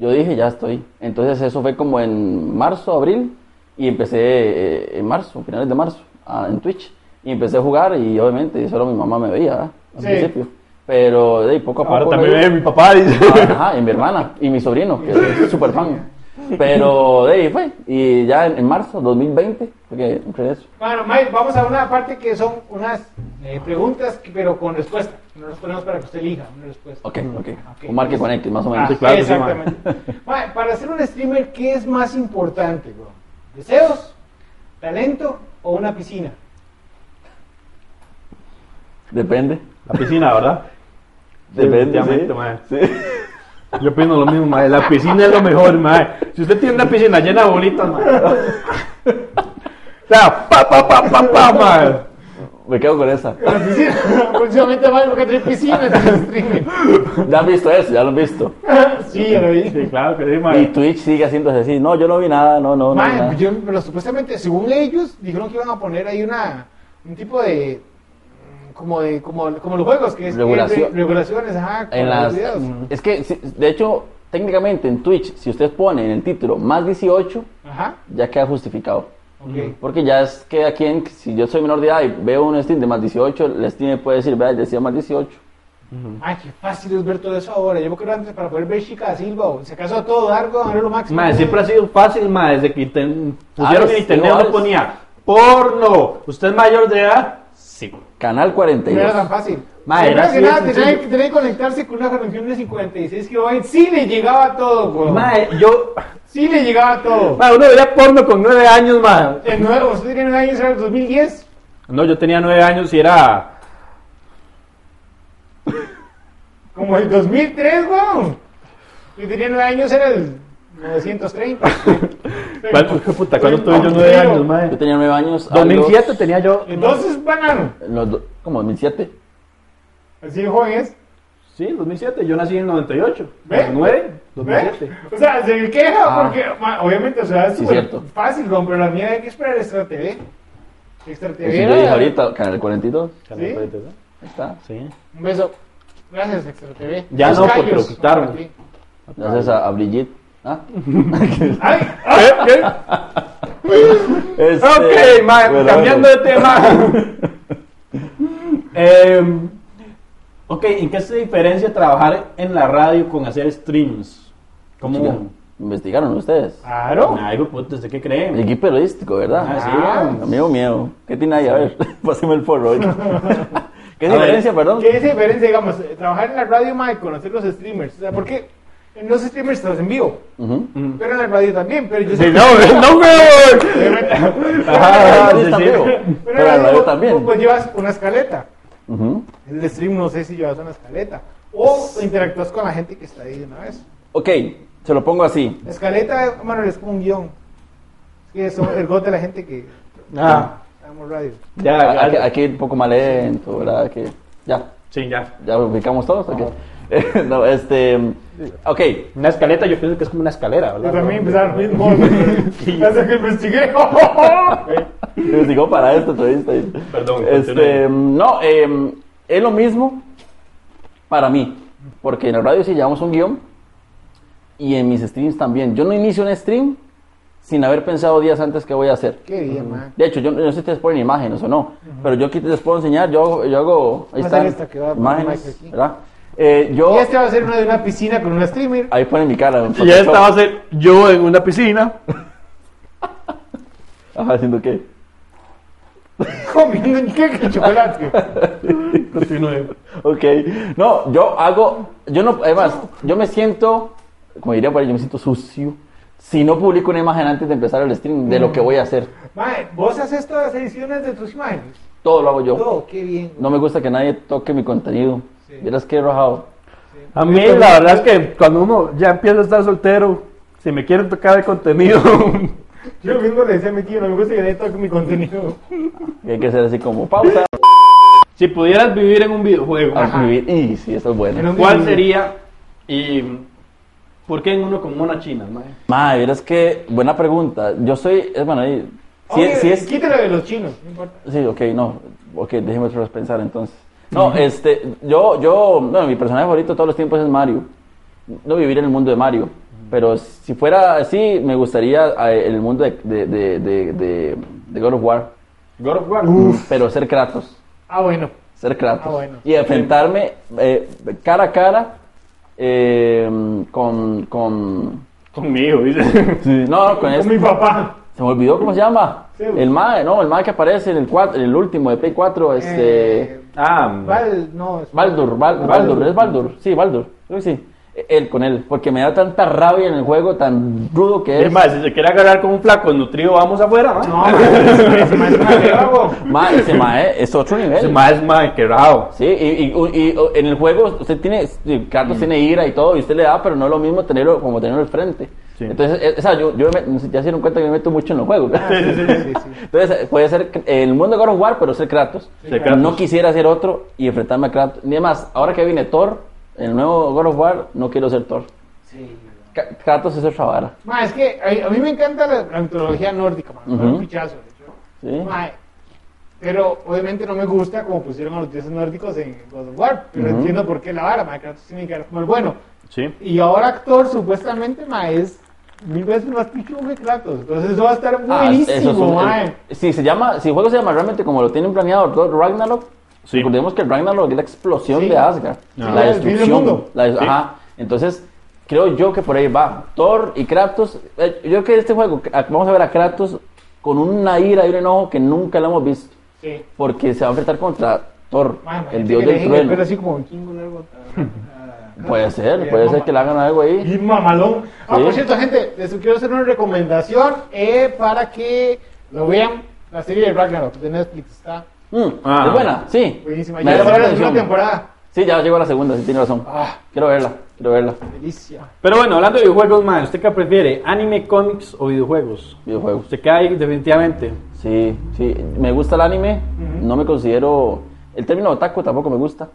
Speaker 3: yo dije, ya estoy. Entonces eso fue como en marzo, abril y empecé eh, en marzo, finales de marzo, a- en Twitch. Y empecé a jugar y obviamente solo mi mamá me veía ¿verdad? al
Speaker 1: Sí.
Speaker 3: principio. Pero de ahí, poco a poco...
Speaker 2: Ahora
Speaker 3: me
Speaker 2: también
Speaker 3: vi-
Speaker 2: ve mi papá, dice.
Speaker 3: Ajá, y mi hermana y mi sobrino, que es
Speaker 2: <laughs>
Speaker 3: súper fan. Pero de ahí fue. Y ya en, en marzo 2020, porque empecé eso.
Speaker 1: Bueno, Mike, vamos a una parte que son unas eh, preguntas, que- pero con respuesta. No nos ponemos para que usted elija una respuesta.
Speaker 3: Ok, ok.
Speaker 1: Ok.
Speaker 3: Un marque conecte, más o menos.
Speaker 1: Ah,
Speaker 2: claro que Mm. sí,
Speaker 1: exactamente.
Speaker 3: <laughs>
Speaker 1: Mae, para ser un streamer, ¿qué es más importante, bro? ¿Deseos, talento o una piscina?
Speaker 3: Depende.
Speaker 2: La piscina, ¿verdad?
Speaker 3: Depende,
Speaker 2: Definitivamente,
Speaker 3: sí.
Speaker 2: mae.
Speaker 3: Sí.
Speaker 2: Yo opino lo mismo, mae. La piscina es lo mejor, mae. Si usted tiene una piscina llena de bolitas, mae. O sea, pa, pa, pa, pa, pa, mae.
Speaker 3: Me quedo con esa.
Speaker 1: La piscina. <laughs> Próximamente Mike va a tener piscina en el streaming.
Speaker 3: <laughs> Ya han visto eso, ya lo han visto.
Speaker 1: <laughs> Sí, ya lo vi.
Speaker 2: Sí, claro que sí,
Speaker 3: Y
Speaker 2: mae.
Speaker 3: Twitch sigue haciéndose así. No, yo no vi nada, no, no, no.
Speaker 1: Mae,
Speaker 3: nada.
Speaker 1: yo- pero supuestamente, según ellos, dijeron que iban a poner ahí una un tipo de mm, como de como, como los juegos que es que
Speaker 3: Regulación.
Speaker 1: re- regulaciones, ajá, con
Speaker 3: En
Speaker 1: los
Speaker 3: las, Mm.
Speaker 1: videos.
Speaker 3: es que, si- de hecho, técnicamente en Twitch, si usted pone en el título más 18,
Speaker 1: Ajá.
Speaker 3: ya queda justificado.
Speaker 1: ok.
Speaker 3: Porque ya es que aquí, en- si yo soy menor de edad y veo un Steam de más 18, el Steam puede decir, vea, decía más 18.
Speaker 1: Ay, qué fácil es ver todo eso ahora. Yo me acuerdo antes para poder ver Chica da Silva, o se casó a todo Dargo, a ver lo máximo.
Speaker 2: Mae, siempre ha sido fácil, mae. Desde que inten- pusieron
Speaker 3: Ah,
Speaker 2: en internet
Speaker 3: igual.
Speaker 2: uno ponía porno. ¿Usted es mayor de edad? Sí.
Speaker 3: Canal
Speaker 1: No era tan
Speaker 3: 42.
Speaker 1: fácil.
Speaker 2: Mae,
Speaker 1: Primero que
Speaker 2: era así de
Speaker 1: nada, tenía,
Speaker 2: sencillo.
Speaker 1: que- tenía que conectarse con una conexión de 56 GB. Sí le llegaba todo, güey.
Speaker 2: Mae, yo.
Speaker 1: Sí le llegaba todo.
Speaker 2: Mae, uno veía porno con nueve años, mae.
Speaker 1: En nuevo, usted tiene un año en el 2010.
Speaker 2: No, yo tenía nueve años y era.
Speaker 1: Como el 2003, weón. Yo tenía 9 años, era el
Speaker 2: <laughs>
Speaker 1: 930.
Speaker 2: ¿Cuánto, hijo de puta, ¿cuándo tuve yo nueve
Speaker 1: Pero-
Speaker 2: años, mae?
Speaker 3: Yo tenía 9 años. a los-
Speaker 2: 2007 tenía yo.
Speaker 1: Entonces, banano.
Speaker 3: los do- como 2007.
Speaker 1: Así de joven es.
Speaker 2: Sí, 2007. Yo nací en 98.
Speaker 1: ¿Ve?
Speaker 2: 9,
Speaker 1: ¿Ve?
Speaker 2: 2007.
Speaker 1: ¿Eh? O sea, se queja
Speaker 3: Ah.
Speaker 1: porque, ma, obviamente, o sea, es
Speaker 3: Sí,
Speaker 1: súper
Speaker 3: cierto.
Speaker 1: fácil, weón, pero la mía hay que esperar Extra TV. Extra
Speaker 3: Eso
Speaker 1: TV.
Speaker 3: Pues yo dije
Speaker 1: era-
Speaker 3: ahorita, Canal 42. Ahí está.
Speaker 2: Sí.
Speaker 1: Un beso. Gracias, Extra TV.
Speaker 2: Ya
Speaker 1: Dos
Speaker 2: no, porque
Speaker 1: callos
Speaker 2: lo quitaron.
Speaker 1: para ti.
Speaker 3: Gracias a, a Brigitte.
Speaker 1: <laughs>
Speaker 3: ¿Ah?
Speaker 1: Ay,
Speaker 2: ¿Qué? ¿Qué?
Speaker 3: Este,
Speaker 2: Ok, mae,
Speaker 3: pero
Speaker 2: cambiando
Speaker 3: bueno.
Speaker 2: de tema. Em, ok, ¿en qué se diferencia trabajar en la radio con hacer streams?
Speaker 3: Chica,
Speaker 2: ¿Cómo?
Speaker 3: Investigaron ustedes.
Speaker 1: claro.
Speaker 2: Ay, hijo de puta, ¿usted qué creen?
Speaker 3: Equipo periodístico, ¿verdad?
Speaker 2: Ah, sí,
Speaker 1: Ah,
Speaker 2: vamos.
Speaker 3: Amigo mío, ¿qué tiene ahí? A ver, <laughs> páseme el forro. oye.
Speaker 2: <laughs>
Speaker 3: ¿Qué
Speaker 2: A
Speaker 3: diferencia, perdón?
Speaker 1: ¿Qué es la diferencia, digamos, eh, trabajar en la radio, ma, y conocer los streamers? O sea, porque en los streamers estás en vivo,
Speaker 3: Ujú.
Speaker 2: Mm.
Speaker 1: pero en la radio también, pero yo
Speaker 2: Sí,
Speaker 1: sé <laughs>
Speaker 2: no, <laughs> no, güey. Ajá,
Speaker 3: Ah,
Speaker 2: sí,
Speaker 3: sí, está
Speaker 2: sí.
Speaker 3: feo.
Speaker 1: Pero
Speaker 3: Pero
Speaker 1: en la radio
Speaker 3: yo
Speaker 1: vos- vos,
Speaker 3: también.
Speaker 1: pues llevas una escaleta.
Speaker 3: Ujú.
Speaker 1: En el stream no sé si llevas una escaleta. O interactúas con la gente que está ahí de una vez.
Speaker 3: Ok, se lo pongo así.
Speaker 1: La escaleta, Manuel, es como un guión. Es que es el gol de la gente que
Speaker 2: Ah,
Speaker 1: estamos radio.
Speaker 2: ya,
Speaker 3: A-
Speaker 2: ya.
Speaker 3: Aquí, aquí un poco más lento, ¿verdad? Que, ya.
Speaker 2: Sí, ya.
Speaker 3: ¿Ya lo ubicamos todos? Ok. <laughs> no, este. Ok,
Speaker 4: Una escaleta, yo pienso que es como una escalera,
Speaker 1: Yo
Speaker 4: ¿verdad?
Speaker 1: también
Speaker 2: pues, ah,
Speaker 1: empezaron mismo. <laughs> Hasta que investigué.
Speaker 3: les digo para esta entrevista.
Speaker 2: Perdón,
Speaker 3: Este, no, eh, es lo mismo para mí. Porque en el radio sí llevamos un guión. Y en mis streams también. Yo no inicio un stream sin haber pensado días antes qué voy a hacer.
Speaker 1: <laughs> Qué bien, man.
Speaker 3: De hecho, yo no no sé si ustedes ponen imágenes o no, pero yo aquí les puedo enseñar, yo, hago- yo hago ahí
Speaker 1: Va a ser
Speaker 3: están,
Speaker 1: esta que va a poner Mike
Speaker 3: imágenes,
Speaker 1: aquí.
Speaker 3: ¿verdad? Eh,
Speaker 1: Y
Speaker 3: yo,
Speaker 1: este va a ser una de una piscina con una streamer. <laughs>
Speaker 3: ahí ponen mi cara.
Speaker 2: <laughs> Y
Speaker 3: en
Speaker 2: ya
Speaker 3: Photoshop.
Speaker 2: estaba a ser yo en una piscina.
Speaker 3: <laughs> Ajá, haciendo qué.
Speaker 1: Comiendo un queque de chocolate.
Speaker 2: Continúe.
Speaker 3: Ok, no, yo hago, yo no, además, yo me siento, como diría por ahí, yo me siento sucio si no publico una imagen antes de empezar el stream de lo que voy a hacer.
Speaker 1: Mae, ¿vos haces todas las ediciones de tus imágenes?
Speaker 3: Todo lo hago yo.
Speaker 1: Todo, qué bien.
Speaker 3: No me gusta que nadie toque mi contenido. Vieras que he rajado.
Speaker 2: A mí la verdad es que cuando uno ya empieza a estar soltero, si me quieren tocar el contenido, <laughs>
Speaker 1: Yo mismo le decía a mi tío, no me gusta que nadie toque mi contenido.
Speaker 3: Hay que hacer así como pausa.
Speaker 2: si pudieras vivir en un videojuego,
Speaker 3: a vivir. Y sí, eso es bueno.
Speaker 1: Pero-
Speaker 2: ¿cuál sería y por qué en uno con mona china? mae?
Speaker 3: Madre, verás que buena pregunta. Yo soy, es bueno, ahí- si,
Speaker 1: Oye,
Speaker 3: si es,
Speaker 1: Quítalo de los chinos, no importa.
Speaker 3: sí, ok, no, ok, déjeme otra vez pensar entonces. No, este, yo, yo, bueno, mi personaje favorito de todos los tiempos es Mario. No vivir en el mundo de Mario, pero si fuera así, me gustaría eh, en el mundo de, de, de, de, de- de God of War, Mm.
Speaker 2: God of War.
Speaker 3: pero ser Kratos,
Speaker 1: Ah, bueno.
Speaker 3: ser Kratos
Speaker 1: Ah, bueno.
Speaker 3: y enfrentarme eh, cara a cara eh, con, con,
Speaker 2: Conmigo, dice.
Speaker 3: no, no, con
Speaker 1: Con
Speaker 3: este-
Speaker 1: mi papá.
Speaker 3: Se me olvidó cómo se llama.
Speaker 1: Sí.
Speaker 3: El mae, no, el mae que aparece en el cuatro, en el último de Play 4, este
Speaker 1: Eh,
Speaker 2: Ah,
Speaker 1: Val, no, es-
Speaker 3: Baldur, Bal- Baldur, es Baldur, sí, Baldur, creo que sí. Él con él, porque me da tanta rabia en el juego, tan rudo que
Speaker 2: es
Speaker 3: es.
Speaker 2: más, si se quiere agarrar con un flaco nutrido, vamos afuera, mae.
Speaker 1: No, <laughs> mae, es más
Speaker 3: <laughs>
Speaker 1: bravo.
Speaker 3: Mae, ese mae es otro
Speaker 2: Ese
Speaker 3: nivel.
Speaker 2: mae es mae quebrado.
Speaker 3: Sí, y, y- y- y en el juego usted tiene, Carlos tiene ira y todo, y usted le da, pero no es lo mismo tenerlo como tenerlo al frente.
Speaker 2: Sí.
Speaker 3: Entonces, eh, o sea, yo, yo me- ya se dieron cuenta que me meto mucho en los juegos.
Speaker 1: Sí, sí.
Speaker 3: Entonces, eh, puede ser eh, el mundo de God of War, pero ser Kratos.
Speaker 2: Ser Kratos.
Speaker 3: No quisiera ser otro y enfrentarme a Kratos. Ni más, ahora que viene Thor, el nuevo God of War, no quiero ser Thor. Ka- Kratos es otra vara.
Speaker 1: Ma, es que a, a mí me encanta la, la mitología nórdica, man.
Speaker 3: Ujú.
Speaker 1: un pichazo, de hecho.
Speaker 3: ¿sí?
Speaker 1: Ma, pero obviamente no me gusta como pusieron a los dioses nórdicos en God of War, pero
Speaker 3: Ujú.
Speaker 1: entiendo por qué la vara, ma, Kratos tiene que ver como el bueno.
Speaker 2: Sí.
Speaker 1: Y ahora actor supuestamente, ma, es mil veces más pichu que Kratos, entonces eso va a estar
Speaker 3: Ah, eso es un-
Speaker 1: buenísimo, ma.
Speaker 3: el- si se llama, si el juego se llama realmente como lo tienen planeado Thor Ragnarok,
Speaker 2: Sí.
Speaker 3: recordemos que el Ragnarok es la explosión
Speaker 1: Sí.
Speaker 3: de Asgard,
Speaker 1: Ah.
Speaker 3: la
Speaker 1: Sí, el fin del
Speaker 3: destrucción,
Speaker 1: mundo.
Speaker 3: la des-
Speaker 2: Sí.
Speaker 3: ajá. Entonces, creo yo que por ahí va Thor y Kratos. eh, yo creo que este juego a- vamos a ver a Kratos con una ira y un enojo que nunca lo hemos visto,
Speaker 1: Sí.
Speaker 3: porque se va a enfrentar contra Thor,
Speaker 1: Ma, imagínate
Speaker 3: el dios
Speaker 1: que le
Speaker 3: del
Speaker 1: dejen el pelo
Speaker 3: trueno.
Speaker 1: así como vikingo largo.
Speaker 3: <laughs> Puede ser,
Speaker 1: Eh,
Speaker 3: puede
Speaker 1: no,
Speaker 3: ser
Speaker 1: ma-
Speaker 3: que le hagan algo ahí.
Speaker 1: Y mamalón. Ah,
Speaker 3: Sí.
Speaker 1: por cierto, gente, les quiero hacer una recomendación eh, para que lo vean. La serie de Ragnarok de Netflix está
Speaker 3: Mm,
Speaker 2: Ah.
Speaker 3: es buena, sí.
Speaker 1: buenísima.
Speaker 3: Me
Speaker 1: Ya
Speaker 3: llama la
Speaker 1: ahora la segunda
Speaker 3: atención.
Speaker 1: temporada.
Speaker 3: Sí, ya llegó la segunda, sí tiene razón.
Speaker 1: Ah,
Speaker 3: Quiero verla, quiero verla.
Speaker 1: delicia.
Speaker 2: Pero bueno, hablando de videojuegos, mae, ¿usted qué prefiere? ¿Anime, cómics o videojuegos?
Speaker 3: Videojuegos.
Speaker 2: Usted queda ahí definitivamente.
Speaker 3: Sí, sí, me gusta el anime, no me considero, el término otaku tampoco me gusta,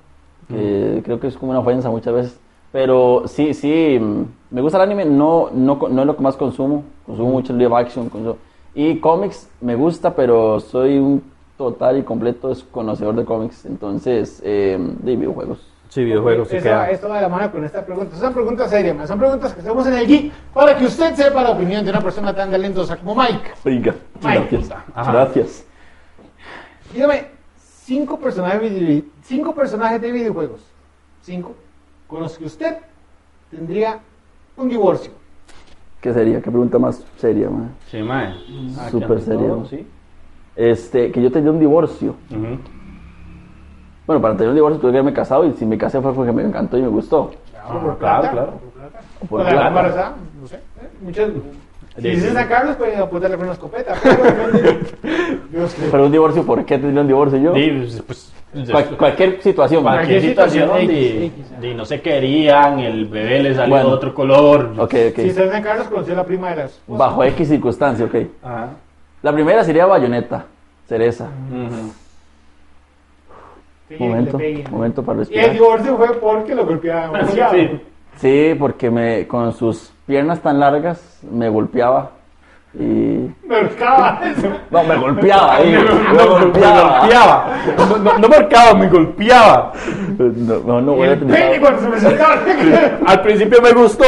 Speaker 3: eh, creo que es como una ofensa muchas veces, pero sí, sí, mm, me gusta el anime, no, no, co- no es lo que más consumo, consumo mucho live action, consumo- y cómics me gusta, pero soy un total y completo desconocedor de cómics, entonces, eh, de videojuegos.
Speaker 2: Sí, videojuegos, se
Speaker 1: Eso-
Speaker 2: queda.
Speaker 1: Esto va de la mano con esta pregunta. Son preguntas serias, man. son preguntas que hacemos en el geek para que usted sepa la opinión de una persona tan talentosa como Mike.
Speaker 3: Oiga,
Speaker 1: Ay,
Speaker 3: gracias,
Speaker 1: puta.
Speaker 2: Ajá.
Speaker 3: gracias.
Speaker 1: Dígame, cinco personajes, vide- cinco personajes de videojuegos, cinco, con los que usted tendría un divorcio.
Speaker 3: ¿Qué sería? ¿Qué pregunta más seria, man?
Speaker 2: Sí, mae. Ah,
Speaker 3: Súper
Speaker 2: que ante
Speaker 3: serio.
Speaker 2: todo, Sí.
Speaker 3: Este, que yo tenía un divorcio.
Speaker 2: Ujú.
Speaker 3: Bueno, para tener un divorcio tuve que haberme casado y si me casé fue porque me encantó y me gustó.
Speaker 1: por
Speaker 2: claro,
Speaker 1: plata,
Speaker 2: claro.
Speaker 1: por plata.
Speaker 3: Ah, Por
Speaker 1: Para
Speaker 3: plata.
Speaker 1: la embarazada, no sé. ¿eh? Muchas. Si
Speaker 2: Sí,
Speaker 1: dices
Speaker 2: sí.
Speaker 1: a Carlos, pues apuntarle con una escopeta. Pero depende
Speaker 3: <laughs>
Speaker 1: de- Dios que-
Speaker 3: Pero un divorcio, ¿por qué tendría un divorcio yo?
Speaker 2: Sí, pues,
Speaker 3: Cual- cualquier situación.
Speaker 1: Cualquier
Speaker 2: cualquier situación
Speaker 1: situación
Speaker 2: de,
Speaker 1: X, X,
Speaker 2: de no se querían, el bebé le salió
Speaker 3: Bueno.
Speaker 2: de otro color.
Speaker 3: Ok, ok.
Speaker 1: Si estás en Carlos, conocí a la prima de las.
Speaker 3: Bajo X circunstancia, ok.
Speaker 2: Ajá.
Speaker 3: La primera sería bayoneta, cereza.
Speaker 2: Ujú.
Speaker 1: Quería que
Speaker 3: Momento,
Speaker 1: te peguen.
Speaker 3: momento para
Speaker 1: Y el
Speaker 3: respirar.
Speaker 1: divorcio fue porque lo
Speaker 3: <laughs>
Speaker 1: golpeaban demasiado.
Speaker 3: Sí, porque me, con sus piernas tan largas me golpeaba. Y...
Speaker 1: Me buscaba eso.
Speaker 3: No, me golpeaba, ahí,
Speaker 2: No,
Speaker 3: me
Speaker 2: me
Speaker 3: golpeaba.
Speaker 2: golpeaba. No, no, no marcaba, me golpeaba.
Speaker 3: No, no, no
Speaker 1: Y
Speaker 3: voy a
Speaker 1: el
Speaker 3: utilizar.
Speaker 1: pene cuando se me sentaba.
Speaker 2: Al principio me gustó,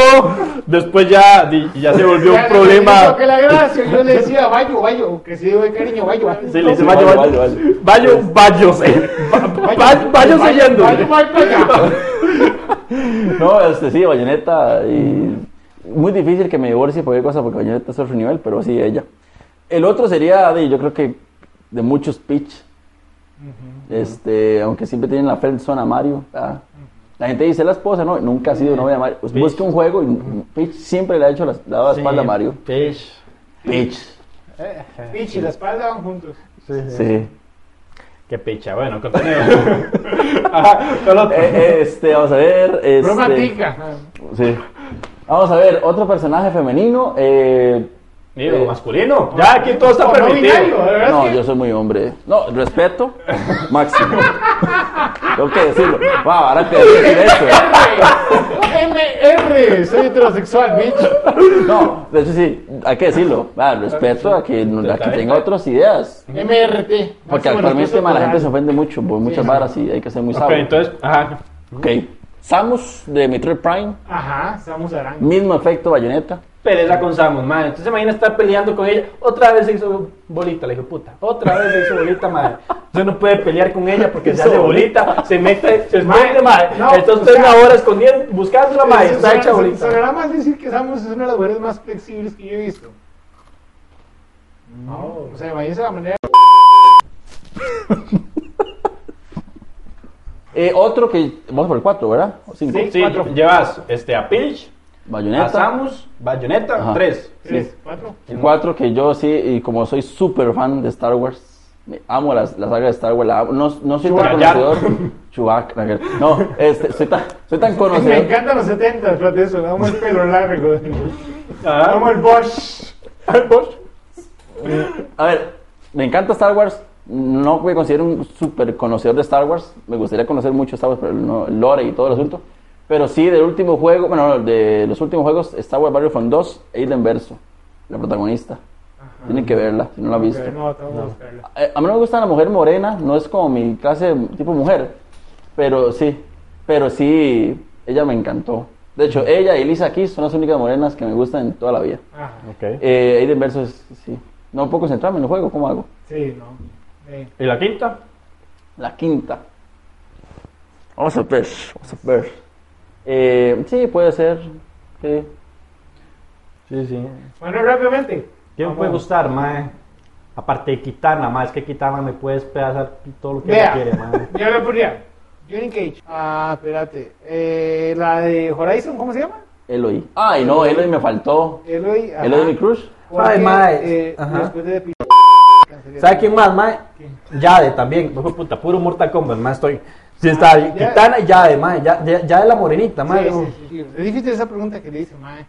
Speaker 2: después ya, di- ya se volvió un
Speaker 1: Ya le dijo
Speaker 2: problema.
Speaker 1: que la gracia, yo le decía, vayo, vayo, que se dio de cariño, vayo, vayo.
Speaker 2: Sí, le dice,
Speaker 3: Vale,
Speaker 2: vaya,
Speaker 3: vale,
Speaker 2: vaya,
Speaker 3: vale.
Speaker 2: vaya, váyose. Va- va- Váyose yendo.
Speaker 1: Vayo, vayo, para allá.
Speaker 3: <laughs> No, este, sí, Bayonetta. Y muy difícil que me divorcie por cualquier cosa porque Bayonetta es otro nivel, pero sí, ella. El otro sería, de, yo creo que de muchos pitch. Este, aunque siempre tienen la friendzone a Mario. ah. La gente dice la esposa, no, nunca ha sido novia de Mario. Pues busca un juego y Peach siempre le ha hecho la, le ha dado la espalda a Mario.
Speaker 4: Pitch.
Speaker 3: Peach.
Speaker 1: Pichi, Eh, la espalda van juntos.
Speaker 3: Sí.
Speaker 4: Qué picha, bueno, continúa.
Speaker 2: <laughs>
Speaker 4: Ajá, con otro.
Speaker 3: Eh, eh, este, vamos a ver. Este,
Speaker 1: Broma tica.
Speaker 3: Sí. Vamos a ver, otro personaje femenino. Eh,
Speaker 4: Digo,
Speaker 3: eh,
Speaker 4: masculino. Ya aquí todo está
Speaker 1: No, no binario, eh.
Speaker 4: permitido.
Speaker 1: de verdad
Speaker 3: No,
Speaker 1: es que-
Speaker 3: yo soy muy hombre. ¿eh? No, respeto <laughs> máximo. Tengo que decirlo. Wow, ahora que decir eso. ¿eh?
Speaker 1: MR, soy heterosexual, bitch.
Speaker 3: No, de hecho sí, hay que decirlo. Ah, respeto a que, a que tenga otras ideas.
Speaker 1: MRT.
Speaker 3: Porque
Speaker 1: Máximo
Speaker 3: actualmente
Speaker 1: respeto
Speaker 3: ma, la gente se
Speaker 1: moral.
Speaker 3: ofende mucho por muchas varas y hay que ser muy
Speaker 4: Ok,
Speaker 3: sabio.
Speaker 4: entonces, ajá.
Speaker 3: Ok. Samus de Metroid Prime,
Speaker 1: Ajá, Samus Aran.
Speaker 3: mismo efecto bayoneta.
Speaker 4: Pelea con Samus, madre. Entonces imagina estar peleando con ella. Otra vez se hizo bolita, le dije, puta. Otra vez se hizo bolita, madre. Usted no puede pelear con ella porque se hace bolita, se mete, se esconde, madre.
Speaker 1: no,
Speaker 4: Entonces
Speaker 1: o
Speaker 4: usted
Speaker 1: sea,
Speaker 4: una hora escondiendo, buscándola, madre. Está hecha bolita.
Speaker 1: Sonará más decir que Samus es una de las mujeres más flexibles que yo he visto. O sea, imagínense la manera.
Speaker 3: Eh, otro que. Vamos por el 4, ¿verdad? O cinco.
Speaker 1: Sí.
Speaker 4: Sí,
Speaker 1: Cuatro.
Speaker 4: llevas este, a Pilch, a
Speaker 3: Bayonetta.
Speaker 4: Samus, Bayonetta,
Speaker 3: Ajá.
Speaker 4: tres.
Speaker 1: Tres, cuatro.
Speaker 3: El 4 que yo sí, y como soy súper fan de Star Wars, me- amo la, la saga de Star Wars, la amo. No, no soy tan
Speaker 4: Chewbacca.
Speaker 3: conocedor. Chewbacca. No, este, soy, tan, soy tan
Speaker 1: Me
Speaker 3: conocedor.
Speaker 1: encantan los 70, fíjate eso. Damos el pelo largo.
Speaker 4: Ajá.
Speaker 3: Ah.
Speaker 1: Damos el Bosch.
Speaker 4: Ah, <laughs>
Speaker 3: A ver, me encanta Star Wars. No me considero un súper conocedor de Star Wars. Me gustaría conocer mucho Star Wars, pero no, el lore y todo el asunto. Pero sí, del último juego, bueno, no, de los últimos juegos, Star Wars Battlefront 2, Aiden Verso, la protagonista. Tienen que verla, si no la han visto.
Speaker 1: No, tengo que buscarlo.
Speaker 3: Eh, A mí no me gusta la mujer morena, no es como mi clase de tipo mujer, pero sí, pero sí, ella me encantó. De hecho, ella y Lisa Keys son las únicas morenas que me gustan en toda la vida.
Speaker 1: Ajá.
Speaker 3: Eh, Aiden versus, sí. No puedo concentrarme en el juego, ¿cómo hago?
Speaker 1: Sí, no. Eh,
Speaker 4: ¿Y la quinta?
Speaker 3: La quinta. Vamos a ver, vamos a ver. Eh, sí, puede ser. sí.
Speaker 4: Sí, sí.
Speaker 1: Bueno, rápidamente.
Speaker 4: ¿Quién me puede gustar, mae? Aparte de Kitana, mae, es que Kitana me puede despedazar todo lo que
Speaker 1: Vea,
Speaker 4: ella quiere, mae.
Speaker 1: <laughs> yo le ponía Johnny Cage. Ah, espérate. Eh, la de Horizon, ¿cómo se llama?
Speaker 3: Eloy. Ay, no, Eloy me faltó.
Speaker 1: Eloy. ajá.
Speaker 3: Eloy de mi crush.
Speaker 1: Porque,
Speaker 4: Ay, mae.
Speaker 1: eh,
Speaker 4: Ajá.
Speaker 1: Después de Pi-
Speaker 4: <laughs> ¿Sabe quién más, mae? Yade también. Hijo de puta, puro Mortal Kombat, mae, estoy... Sí, está
Speaker 2: Ah,
Speaker 4: Kitana y Yade, mae. Ya, ya, ya de la morenita, mae.
Speaker 1: Sí, sí, sí. Es difícil esa pregunta que le hice, mae.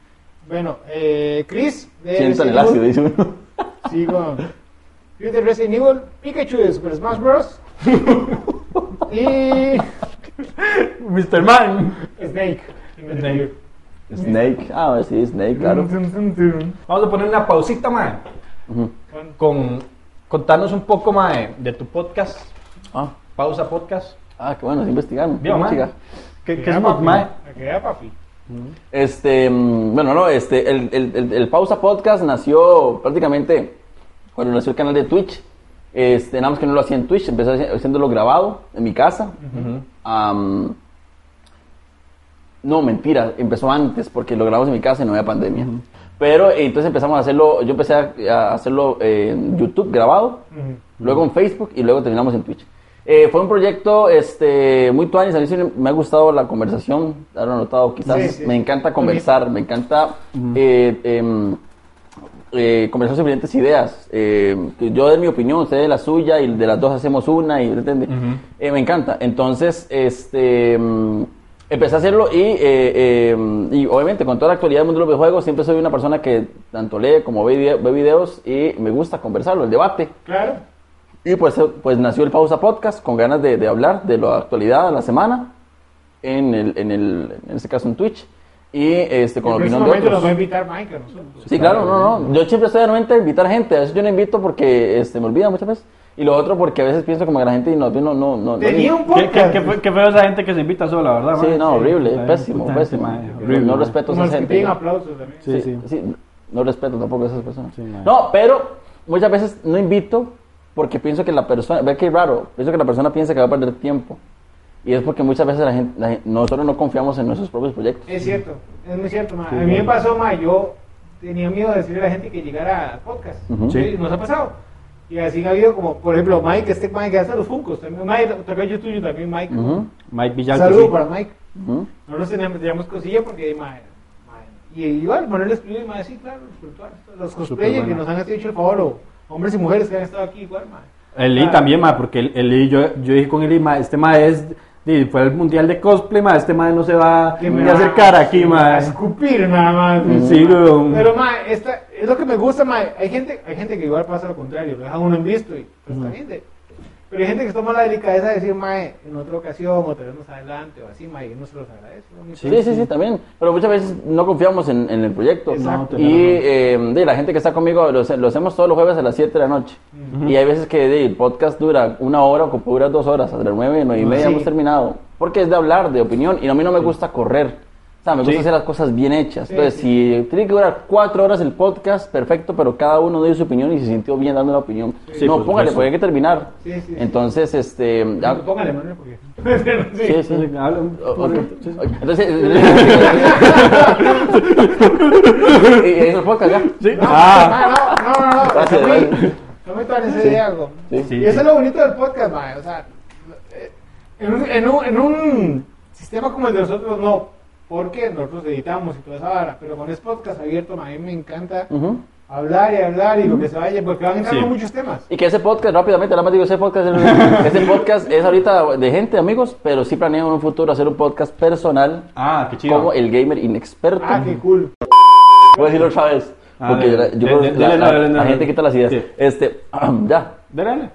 Speaker 1: Bueno, eh, Chris. De
Speaker 3: Siento en el
Speaker 1: Resident
Speaker 3: ácido,
Speaker 1: Evil.
Speaker 3: dice
Speaker 4: <laughs>
Speaker 3: uno.
Speaker 1: Sí, bueno. Chris de Resident Evil. Pikachu de Super Smash Bros. y.
Speaker 4: Mr. Man.
Speaker 1: Snake.
Speaker 4: Snake.
Speaker 3: Snake. Ah, sí, Snake, claro.
Speaker 1: Tum, tum, tum.
Speaker 4: Vamos a poner una pausita, mae.
Speaker 3: Ujú.
Speaker 4: Con... Contanos un poco, mae, de tu podcast.
Speaker 3: Ah.
Speaker 4: Pausa podcast.
Speaker 3: Ah, qué bueno, se investigaron.
Speaker 4: Vio, mae.
Speaker 3: Chica.
Speaker 4: ¿Qué, qué es más, mae?
Speaker 1: Que ya, papi.
Speaker 3: Este, mm, bueno, no, este, el, el- el- el Pausa Podcast nació prácticamente cuando nació el canal de Twitch. Este, nada más que no lo hacía en Twitch, empecé haci- haciéndolo grabado en mi casa. Am, no, mentira, empezó antes porque lo grabamos en mi casa y no había pandemia. Pero eh, entonces empezamos a hacerlo, yo empecé a, a hacerlo eh, en YouTube grabado, luego en Facebook y luego terminamos en Twitch. Eh, fue un proyecto este, muy tuanis, a mí sí me ha gustado la conversación, habrán notado quizás,
Speaker 1: Sí, sí.
Speaker 3: me encanta conversar, me encanta eh, em, eh, conversar sobre diferentes ideas. Eh, que yo de mi opinión, usted de la suya, y de las dos hacemos una, y ¿entiende? Eh, me encanta. Entonces, este mm, empecé a hacerlo y, eh, eh, y obviamente con toda la actualidad del mundo de los videojuegos, siempre soy una persona que tanto lee como ve, vide- ve videos y me gusta conversarlo, el debate.
Speaker 1: Claro.
Speaker 3: Y pues, eh, pues nació el Pausa Podcast con ganas de, de hablar de la actualidad de la semana, en, el, en, el, en este caso en Twitch, y este, con la
Speaker 1: En el
Speaker 3: opinión de
Speaker 1: momento
Speaker 3: otros.
Speaker 1: nos va a invitar Mike a nosotros.
Speaker 3: Sí, claro, no, no. Yo siempre estoy anuente a invitar gente. A veces yo no invito porque este, me olvida muchas veces. Y lo otro porque a veces pienso como que la gente y no, no, no, no.
Speaker 1: Tenía
Speaker 3: no-
Speaker 1: un
Speaker 2: ¿Qué, qué,
Speaker 1: podcast.
Speaker 2: qué fe- qué feo esa gente que se invita sola, ¿verdad?
Speaker 3: Sí,
Speaker 2: mae?
Speaker 3: no, horrible,
Speaker 2: Ay,
Speaker 3: pésimo,
Speaker 2: puta
Speaker 3: pésimo.
Speaker 2: gente, mae,
Speaker 3: no
Speaker 2: horrible.
Speaker 3: respeto a
Speaker 1: Como
Speaker 3: esa
Speaker 1: los que
Speaker 3: gente.
Speaker 1: piden
Speaker 3: yo-
Speaker 1: aplausos también.
Speaker 2: Sí,
Speaker 3: sí,
Speaker 2: sí.
Speaker 3: sí, no respeto tampoco a esas personas.
Speaker 2: Sí, mae.
Speaker 3: no, pero muchas veces no invito porque pienso que la persona, ve que raro, pienso que la persona piensa que va a perder tiempo. Y es porque muchas veces la gente, la gente- nosotros no confiamos en nuestros propios proyectos.
Speaker 1: Es cierto, es muy cierto. ma.
Speaker 2: Sí,
Speaker 1: a mí me
Speaker 2: bueno.
Speaker 1: pasó, ma, yo tenía miedo de decirle a la gente que llegara a podcast.
Speaker 3: Ujú.
Speaker 1: Sí,
Speaker 2: Sí.
Speaker 1: Nos ha pasado. Y así ha habido como, por ejemplo, Mike, este Mike que hace los funcos. También Mike, toca yo tuyo también, Mike.
Speaker 3: Ujú,
Speaker 2: Mike
Speaker 1: Un
Speaker 2: Villalta.
Speaker 1: saludo
Speaker 2: sí.
Speaker 1: para Mike.
Speaker 3: ujú.
Speaker 1: No nos teníamos, teníamos cosilla porque, ma, ma, y igual, Manuel escribió y ma, sí, claro, los virtuales, los cosplayers que
Speaker 2: bueno.
Speaker 1: nos han hecho el favor, o hombres y mujeres que han estado aquí igual, ma.
Speaker 2: El Lee
Speaker 1: Ah.
Speaker 2: también, mae, porque el, el Lee, yo, yo dije con el Lee, mae, este mae es, di, fue el mundial de cosplay, mae, este mae no se va
Speaker 1: Que me
Speaker 2: ni a
Speaker 1: va
Speaker 2: acercar aquí,
Speaker 1: A
Speaker 2: mae.
Speaker 1: escupir nada más.
Speaker 2: Sí, weón.
Speaker 1: Pero ma, esta, es lo que me gusta, ma. Hay gente, hay gente que igual pasa lo contrario, lo deja uno en visto y pues, está bien, de- Pero hay gente que toma la delicadeza de decir, ma, en otra ocasión, o traernos adelante, o así, ma, y no se los agradece. ¿no? Ni
Speaker 3: Sí, sí, sí, también. Pero muchas veces no confiamos en, en el proyecto.
Speaker 1: Exacto.
Speaker 3: Y eh, de, la gente que está conmigo lo, hace- lo hacemos todos los jueves a las 7 de la noche. Y hay veces que de, el podcast dura una hora, o dura dos horas, hasta las 9, 9 y media
Speaker 1: Sí.
Speaker 3: hemos terminado. Porque es de hablar, de opinión, y a mí no me gusta correr. O sea, me gusta
Speaker 2: Sí.
Speaker 3: hacer las cosas bien hechas.
Speaker 1: Sí,
Speaker 3: Entonces, si tiene que durar cuatro horas el podcast, perfecto, pero cada uno dio su opinión y se sintió bien dando la opinión.
Speaker 2: Sí,
Speaker 3: no,
Speaker 2: por
Speaker 3: póngale,
Speaker 2: supuesto.
Speaker 3: porque hay que terminar.
Speaker 1: Sí, sí, sí.
Speaker 3: Entonces, este... ah,
Speaker 1: Póngale, Manuel, porque. <laughs> sí.
Speaker 3: sí, sí.
Speaker 2: Entonces, habla un-
Speaker 3: O- Oh, ok.
Speaker 2: Sí, sí. <laughs>
Speaker 3: Entonces, y y es el podcast ya.
Speaker 2: Sí.
Speaker 1: No,
Speaker 2: Ah,
Speaker 1: ma, no, no, no, no.
Speaker 3: Gracias,
Speaker 1: no,
Speaker 3: gracias.
Speaker 1: me- No me tomen ese de algo.
Speaker 3: Sí,
Speaker 2: sí,
Speaker 1: y eso
Speaker 2: sí.
Speaker 1: es lo bonito del podcast, ma, O sea, eh, en un, en, un, en un sistema como el de nosotros, no. Porque nosotros editamos y toda esa vara. Pero con este podcast abierto, ma, a mí me encanta
Speaker 3: Ujú.
Speaker 1: hablar y hablar y lo que se vaya. Porque van entrando
Speaker 2: Sí.
Speaker 1: muchos temas.
Speaker 3: Y que ese podcast, rápidamente, nada más digo, ese podcast, es- ese podcast es ahorita de gente, amigos, pero sí planeo en un futuro hacer un podcast personal
Speaker 2: ah, qué chido.
Speaker 3: como el gamer inexperto.
Speaker 1: Ah, qué cool.
Speaker 3: Voy a decirlo otra vez.
Speaker 2: Ah,
Speaker 3: Porque
Speaker 2: dale.
Speaker 3: yo
Speaker 2: De-
Speaker 3: creo
Speaker 2: de-
Speaker 3: que la,
Speaker 2: dale,
Speaker 3: la-
Speaker 2: dale, dale,
Speaker 3: la gente
Speaker 2: dale.
Speaker 3: quita las ideas.
Speaker 2: Sí.
Speaker 3: Este, <clears throat> ya.
Speaker 2: Dale, dale.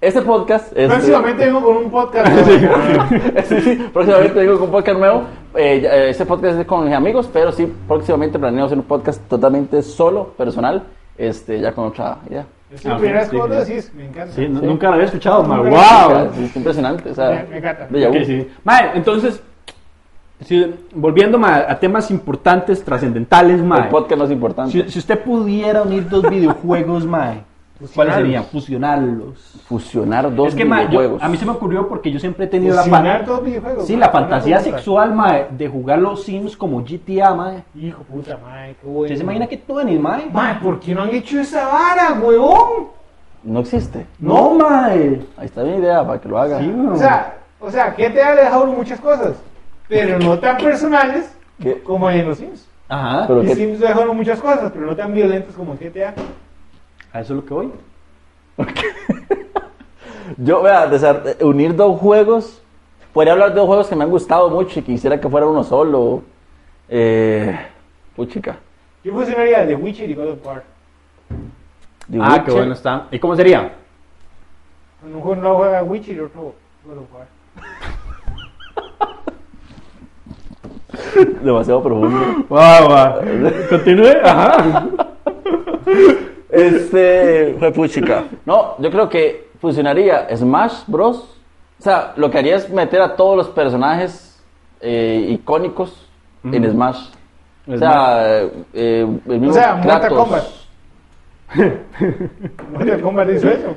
Speaker 3: Este podcast es.
Speaker 1: Próximamente vengo con un podcast. ma.
Speaker 3: <laughs> sí, sí, próximamente digo con podcast nuevo. Eh, ya, eh, este podcast es con mis amigos, pero sí, próximamente planeo hacer un podcast totalmente solo, personal, este, ya con otra idea.
Speaker 1: Es la
Speaker 2: Ah,
Speaker 1: primera vez
Speaker 2: sí,
Speaker 1: que vos lo
Speaker 2: claro.
Speaker 1: decís. Me encanta.
Speaker 2: Sí, no- nunca lo había escuchado, mae.
Speaker 1: Nunca lo había
Speaker 2: ¡Wow!
Speaker 3: Es impresionante, o sea,
Speaker 1: Me- me encanta.
Speaker 3: déjà vu.
Speaker 2: Ok, sí. Mae, entonces, si- volviendo mae, a temas importantes, trascendentales,
Speaker 3: El
Speaker 2: mae.
Speaker 3: podcast no es importante.
Speaker 2: Si, si usted pudiera unir dos
Speaker 1: <laughs>
Speaker 2: videojuegos, mae, ¿cuáles serían? Fusionarlos.
Speaker 3: Fusionar dos
Speaker 2: es que, mae, yo-
Speaker 3: videojuegos.
Speaker 2: a mí se me ocurrió porque yo siempre he tenido la
Speaker 1: Fusionar
Speaker 2: fantasía.
Speaker 1: todos los videojuegos,
Speaker 2: Sí,
Speaker 1: ma,
Speaker 2: la
Speaker 1: una
Speaker 2: fantasía
Speaker 1: pregunta.
Speaker 2: sexual, mae, de jugar los Sims como GTA, mae.
Speaker 1: Hijo puta, ma, qué bueno.
Speaker 2: ¿Usted se imagina que tú eres, mae?
Speaker 1: Ma, ¿por qué no han hecho esa vara, huevón?
Speaker 3: No existe.
Speaker 2: No, mae.
Speaker 3: Ahí está mi idea para que lo haga.
Speaker 2: Sí, weón.
Speaker 1: O sea, o sea, GTA le deja a uno muchas cosas, pero no tan personales
Speaker 3: ¿Qué?
Speaker 1: como en los Sims.
Speaker 2: Ajá.
Speaker 3: Pero
Speaker 1: Los
Speaker 3: que-
Speaker 1: Sims deja a uno muchas cosas, pero no tan violentas como en GTA.
Speaker 2: A eso es lo que voy.
Speaker 3: Yo, vea, desar- unir dos juegos. Podría hablar de dos juegos que me han gustado mucho y quisiera que fuera uno solo. Eh. Puchica.
Speaker 1: Yo funcionaría de Witcher y God of War.
Speaker 3: The
Speaker 2: Ah, qué
Speaker 3: Witcher.
Speaker 2: bueno está. ¿Y cómo sería?
Speaker 1: En un juego no juega Witcher y otro God of War.
Speaker 3: Demasiado profundo.
Speaker 2: Wow,
Speaker 3: <laughs>
Speaker 2: Continúe. Ajá.
Speaker 3: Este. <laughs> Fue puchica. No, yo creo que funcionaría Smash Bros. O sea, lo que haría es meter a todos los personajes eh, icónicos en Smash. O sea, eh, el mismo
Speaker 1: O sea, Mortal
Speaker 3: Kratos.
Speaker 1: Kombat.
Speaker 3: <laughs>
Speaker 1: Mortal Kombat hizo eso.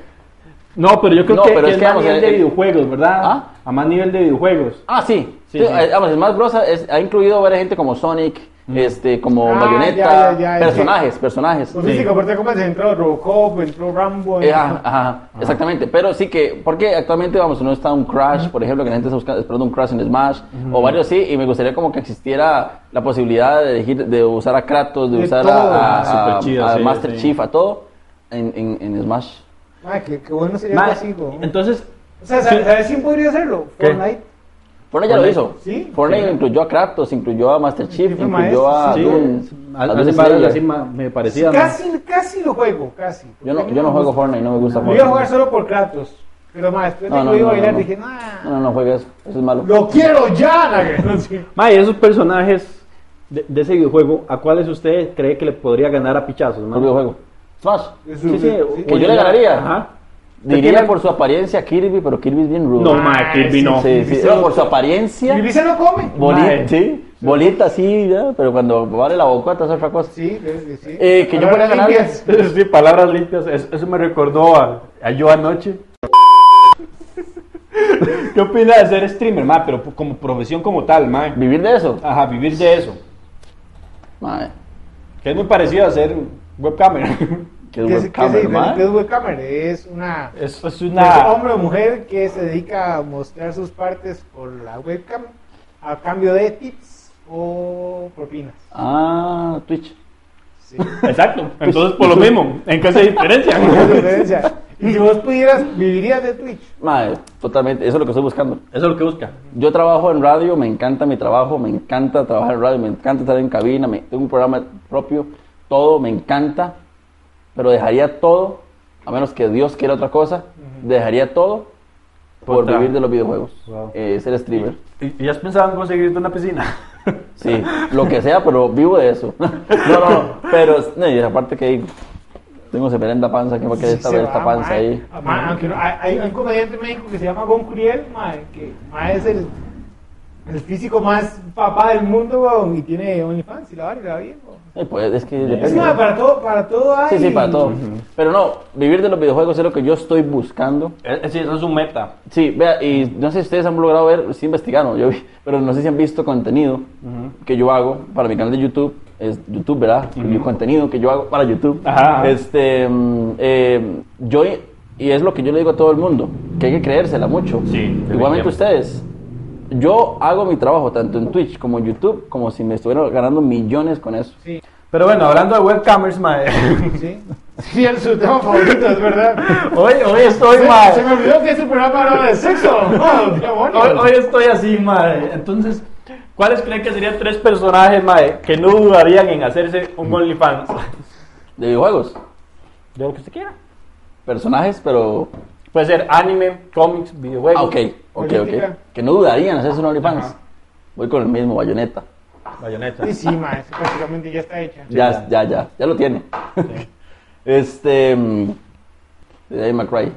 Speaker 2: No, pero yo creo
Speaker 3: No,
Speaker 2: que,
Speaker 3: pero
Speaker 2: que
Speaker 3: es
Speaker 2: es
Speaker 3: que
Speaker 2: más
Speaker 3: vamos,
Speaker 2: nivel
Speaker 3: eh,
Speaker 2: de
Speaker 3: eh,
Speaker 2: videojuegos, ¿verdad?
Speaker 3: ¿Ah?
Speaker 2: A más nivel de videojuegos.
Speaker 3: Ah, sí.
Speaker 2: Sí, sí.
Speaker 3: Sí, eh, Vamos, Smash Bros. es- ha incluido varias gente como Sonic, este, como
Speaker 1: Ah, ya,
Speaker 3: Marioneta,
Speaker 1: ya, ya, es
Speaker 3: personajes, personajes.
Speaker 1: Entonces,
Speaker 2: Sí.
Speaker 1: sí. que Mortal Kombat entró Robocop, entró Rambo.
Speaker 3: Eh,
Speaker 1: entró-
Speaker 3: ajá, ajá, exactamente. Pero sí que, porque actualmente, vamos, no está un Crash, por ejemplo, que la gente está buscando, esperando un Crash en Smash, o varios sí, y me gustaría como que existiera la posibilidad de elegir, de usar a Kratos, de,
Speaker 1: De
Speaker 3: usar
Speaker 1: todo.
Speaker 3: a, a-
Speaker 2: Ah,
Speaker 3: a-
Speaker 2: súper chido,
Speaker 3: a
Speaker 2: sí,
Speaker 3: Master
Speaker 2: sí.
Speaker 3: Chief, a todo, en, en, en Smash.
Speaker 1: Ma, qué, qué bueno sería
Speaker 2: Ma,
Speaker 1: algo así, huevón.
Speaker 2: entonces,
Speaker 1: O sea, ¿sabes, sabes quién podría hacerlo?
Speaker 2: ¿Qué?
Speaker 1: Fortnite.
Speaker 3: Fortnite ya lo hizo.
Speaker 1: Sí.
Speaker 3: Fortnite
Speaker 1: Sí.
Speaker 3: incluyó a Kratos, incluyó a Master Chief,
Speaker 1: Fue
Speaker 3: incluyó a
Speaker 2: Sí,
Speaker 3: Doom. a Doom
Speaker 2: hace
Speaker 3: Slayer.
Speaker 2: varios así ma- me parecía. ¿no?
Speaker 1: Casi, casi lo juego, casi.
Speaker 3: Yo no, yo no juego Fortnite, no me gusta
Speaker 1: Lo iba a jugar
Speaker 3: Fortnite.
Speaker 1: solo por Kratos. Pero más, después de
Speaker 3: No,
Speaker 1: que
Speaker 3: no,
Speaker 1: lo iba a
Speaker 3: no,
Speaker 1: bailar,
Speaker 3: no.
Speaker 1: dije, nah,
Speaker 3: No, no, no juegues, eso es malo.
Speaker 1: lo quiero ya. la
Speaker 3: <laughs>
Speaker 1: que- no sé.
Speaker 2: Ma, y esos personajes de, de ese videojuego, ¿a cuáles usted cree que le podría ganar a pichazos? ma?
Speaker 3: No videojuego. Smash.
Speaker 1: Es
Speaker 2: Sí,
Speaker 1: un-
Speaker 2: sí,
Speaker 1: sí.
Speaker 3: Que yo le ganaría.
Speaker 2: Ajá.
Speaker 3: Diría
Speaker 2: tiene-
Speaker 3: por su apariencia Kirby, pero Kirby es bien rudo.
Speaker 2: No, ma, Kirby no.
Speaker 3: Sí, sí, no, por su apariencia.
Speaker 1: Kirby eh. se lo come.
Speaker 3: Bolita,
Speaker 2: Mae.
Speaker 3: sí. Bolita, sí, ya, pero cuando vale la bocota es otra cosa.
Speaker 1: Sí, es- sí.
Speaker 3: Eh, que
Speaker 1: Ahora
Speaker 3: yo fuera a ganar.
Speaker 1: limpias.
Speaker 2: Sí, palabras limpias. Eso, eso me recordó a, a yo anoche. ¿Qué opina de ser streamer, ma? Pero como profesión como tal, ma.
Speaker 3: Vivir de eso. eh,
Speaker 2: Ajá, vivir de eso.
Speaker 3: Mae,
Speaker 2: Que es muy parecido a ser webcamer.
Speaker 3: que
Speaker 1: ¿Qué es-
Speaker 3: es
Speaker 1: qué es
Speaker 3: webcam,
Speaker 1: diferente
Speaker 3: mae.
Speaker 1: de webcamer? Es una...
Speaker 2: Eso es
Speaker 1: Es
Speaker 2: una...
Speaker 1: hombre o mujer que se dedica a mostrar sus partes por la webcam a cambio de tips o propinas.
Speaker 3: Ah, Twitch. <laughs>
Speaker 1: Sí.
Speaker 2: Exacto. Entonces, por lo mismo, ¿en qué se diferencia?
Speaker 1: Esa es la diferencia. Y si vos pudieras, vivirías de Twitch.
Speaker 3: Mae, eh, totalmente, eso es lo que estoy buscando.
Speaker 2: Eso es lo que busca.
Speaker 3: Yo trabajo en radio, me encanta mi trabajo, me encanta trabajar en radio, me encanta estar en cabina, me- tengo un programa propio, todo me encanta, pero dejaría todo, a menos que Dios quiera otra cosa, dejaría todo por
Speaker 2: Por tra-
Speaker 3: vivir de los videojuegos,
Speaker 2: Wow.
Speaker 3: eh, ser streamer.
Speaker 2: ¿Y, y has pensado en conseguirte una piscina?
Speaker 3: Sí, lo que sea, pero vivo
Speaker 1: <laughs>
Speaker 3: de eso. No, no, no, pero no, y aparte que tengo semerenda panza, que va a querer
Speaker 1: Sí, se
Speaker 3: saber esta
Speaker 1: va,
Speaker 3: panza
Speaker 1: mae.
Speaker 3: ahí.
Speaker 1: Ah, mae, aunque no- hay, hay un comediante médico que se llama Gon Curiel, mae, que mae, es el, el físico más papá del mundo, weón, y tiene OnlyFans y la vara y la va bien, weón.
Speaker 3: Eh, pues es que
Speaker 1: Es
Speaker 3: depende.
Speaker 1: que, mae, para todo, para todo hay.
Speaker 3: Sí, sí, para todo. Pero no, vivir de los videojuegos es lo que yo estoy buscando.
Speaker 2: Sí, eso es un meta.
Speaker 3: Sí, vea, y no sé si ustedes han logrado ver, sí investigaron, yo vi, pero no sé si han visto contenido que yo hago para mi canal de YouTube, es YouTube, ¿verdad? Mi contenido que yo hago para YouTube.
Speaker 2: Ajá.
Speaker 3: Este, mm, eh, yo, y es lo que yo le digo a todo el mundo, que hay que creérsela mucho.
Speaker 2: Sí,
Speaker 3: Igualmente
Speaker 2: definitivamente.
Speaker 3: ustedes, yo hago mi trabajo tanto en Twitch como en YouTube, como si me estuviera ganando millones con eso.
Speaker 1: Sí,
Speaker 2: Pero bueno, hablando de webcamers, mae.
Speaker 1: <laughs>
Speaker 2: <laughs>
Speaker 1: sí. Sí, es su tema favorito, es verdad.
Speaker 3: <laughs>
Speaker 2: Hoy, hoy estoy,
Speaker 1: Se-
Speaker 2: mae.
Speaker 1: Se me olvidó que ese programa era de sexo. Oh,
Speaker 3: <laughs>
Speaker 1: demonios.
Speaker 2: Hoy, hoy estoy así, mae. Entonces, ¿cuáles creen que serían tres personajes, mae, que no dudarían en hacerse un OnlyFans?
Speaker 3: De videojuegos,
Speaker 2: <laughs> De lo que usted quiera.
Speaker 3: personajes, pero...
Speaker 2: Puede ser anime, cómics, videojuegos.
Speaker 3: Ah, ok, ok,
Speaker 1: Política.
Speaker 3: ok. Que no dudarían hacerse un OnlyFans. Voy con el mismo, bayoneta.
Speaker 2: Bayoneta.
Speaker 1: Sí, sí, ma, eso prácticamente ya está hecha.
Speaker 3: Ya, ya, ya, ya lo tiene. <laughs> este. mm, De Dave McRae.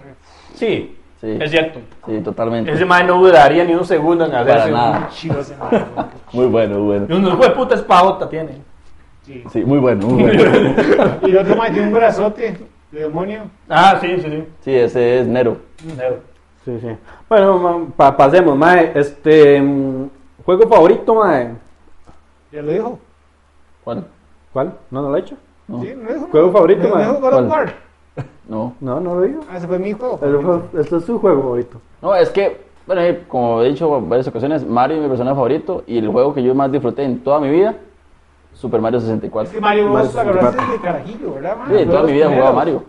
Speaker 2: Sí,
Speaker 3: Sí.
Speaker 2: es cierto.
Speaker 3: Sí, totalmente.
Speaker 2: Ese mae no dudaría ni un segundo en
Speaker 3: Para
Speaker 2: hacerse
Speaker 3: nada.
Speaker 1: Chido se ma,
Speaker 3: Muy bueno, muy bueno.
Speaker 2: un... Un hijo de puta espavota tiene.
Speaker 1: sí.
Speaker 3: Sí, muy bueno, muy bueno.
Speaker 1: Y el otro ma tiene un brazote de demonio.
Speaker 2: Ah, sí, sí, sí.
Speaker 3: Sí, ese es Nero.
Speaker 2: Sí, sí. Bueno, ma- pa- pasemos, mae. Este. mm, ¿Juego favorito, mae?
Speaker 1: Ya lo dijo.
Speaker 3: ¿Cuál?
Speaker 2: ¿Cuál? ¿No, no lo he hecho?
Speaker 3: No.
Speaker 1: Sí, no dijo.
Speaker 2: ¿Juego favorito,
Speaker 1: No
Speaker 2: ma?
Speaker 1: dijo God of
Speaker 3: ¿Cuál?
Speaker 1: War.
Speaker 3: No.
Speaker 2: No, no lo digo.
Speaker 1: Ah, ese fue mi juego.
Speaker 2: El juego- Este es su juego favorito.
Speaker 3: No, es que, bueno, eh, como he dicho en varias ocasiones, Mario es mi personaje favorito y el juego que yo más disfruté en toda mi vida, Super Mario
Speaker 1: Es
Speaker 3: 64.
Speaker 1: que Mario
Speaker 2: Mario
Speaker 1: vos lo agarraste
Speaker 2: 64.
Speaker 1: de carajillo, ¿verdad, ma?
Speaker 3: Sí, en toda mi vida jugaba
Speaker 1: Primeros.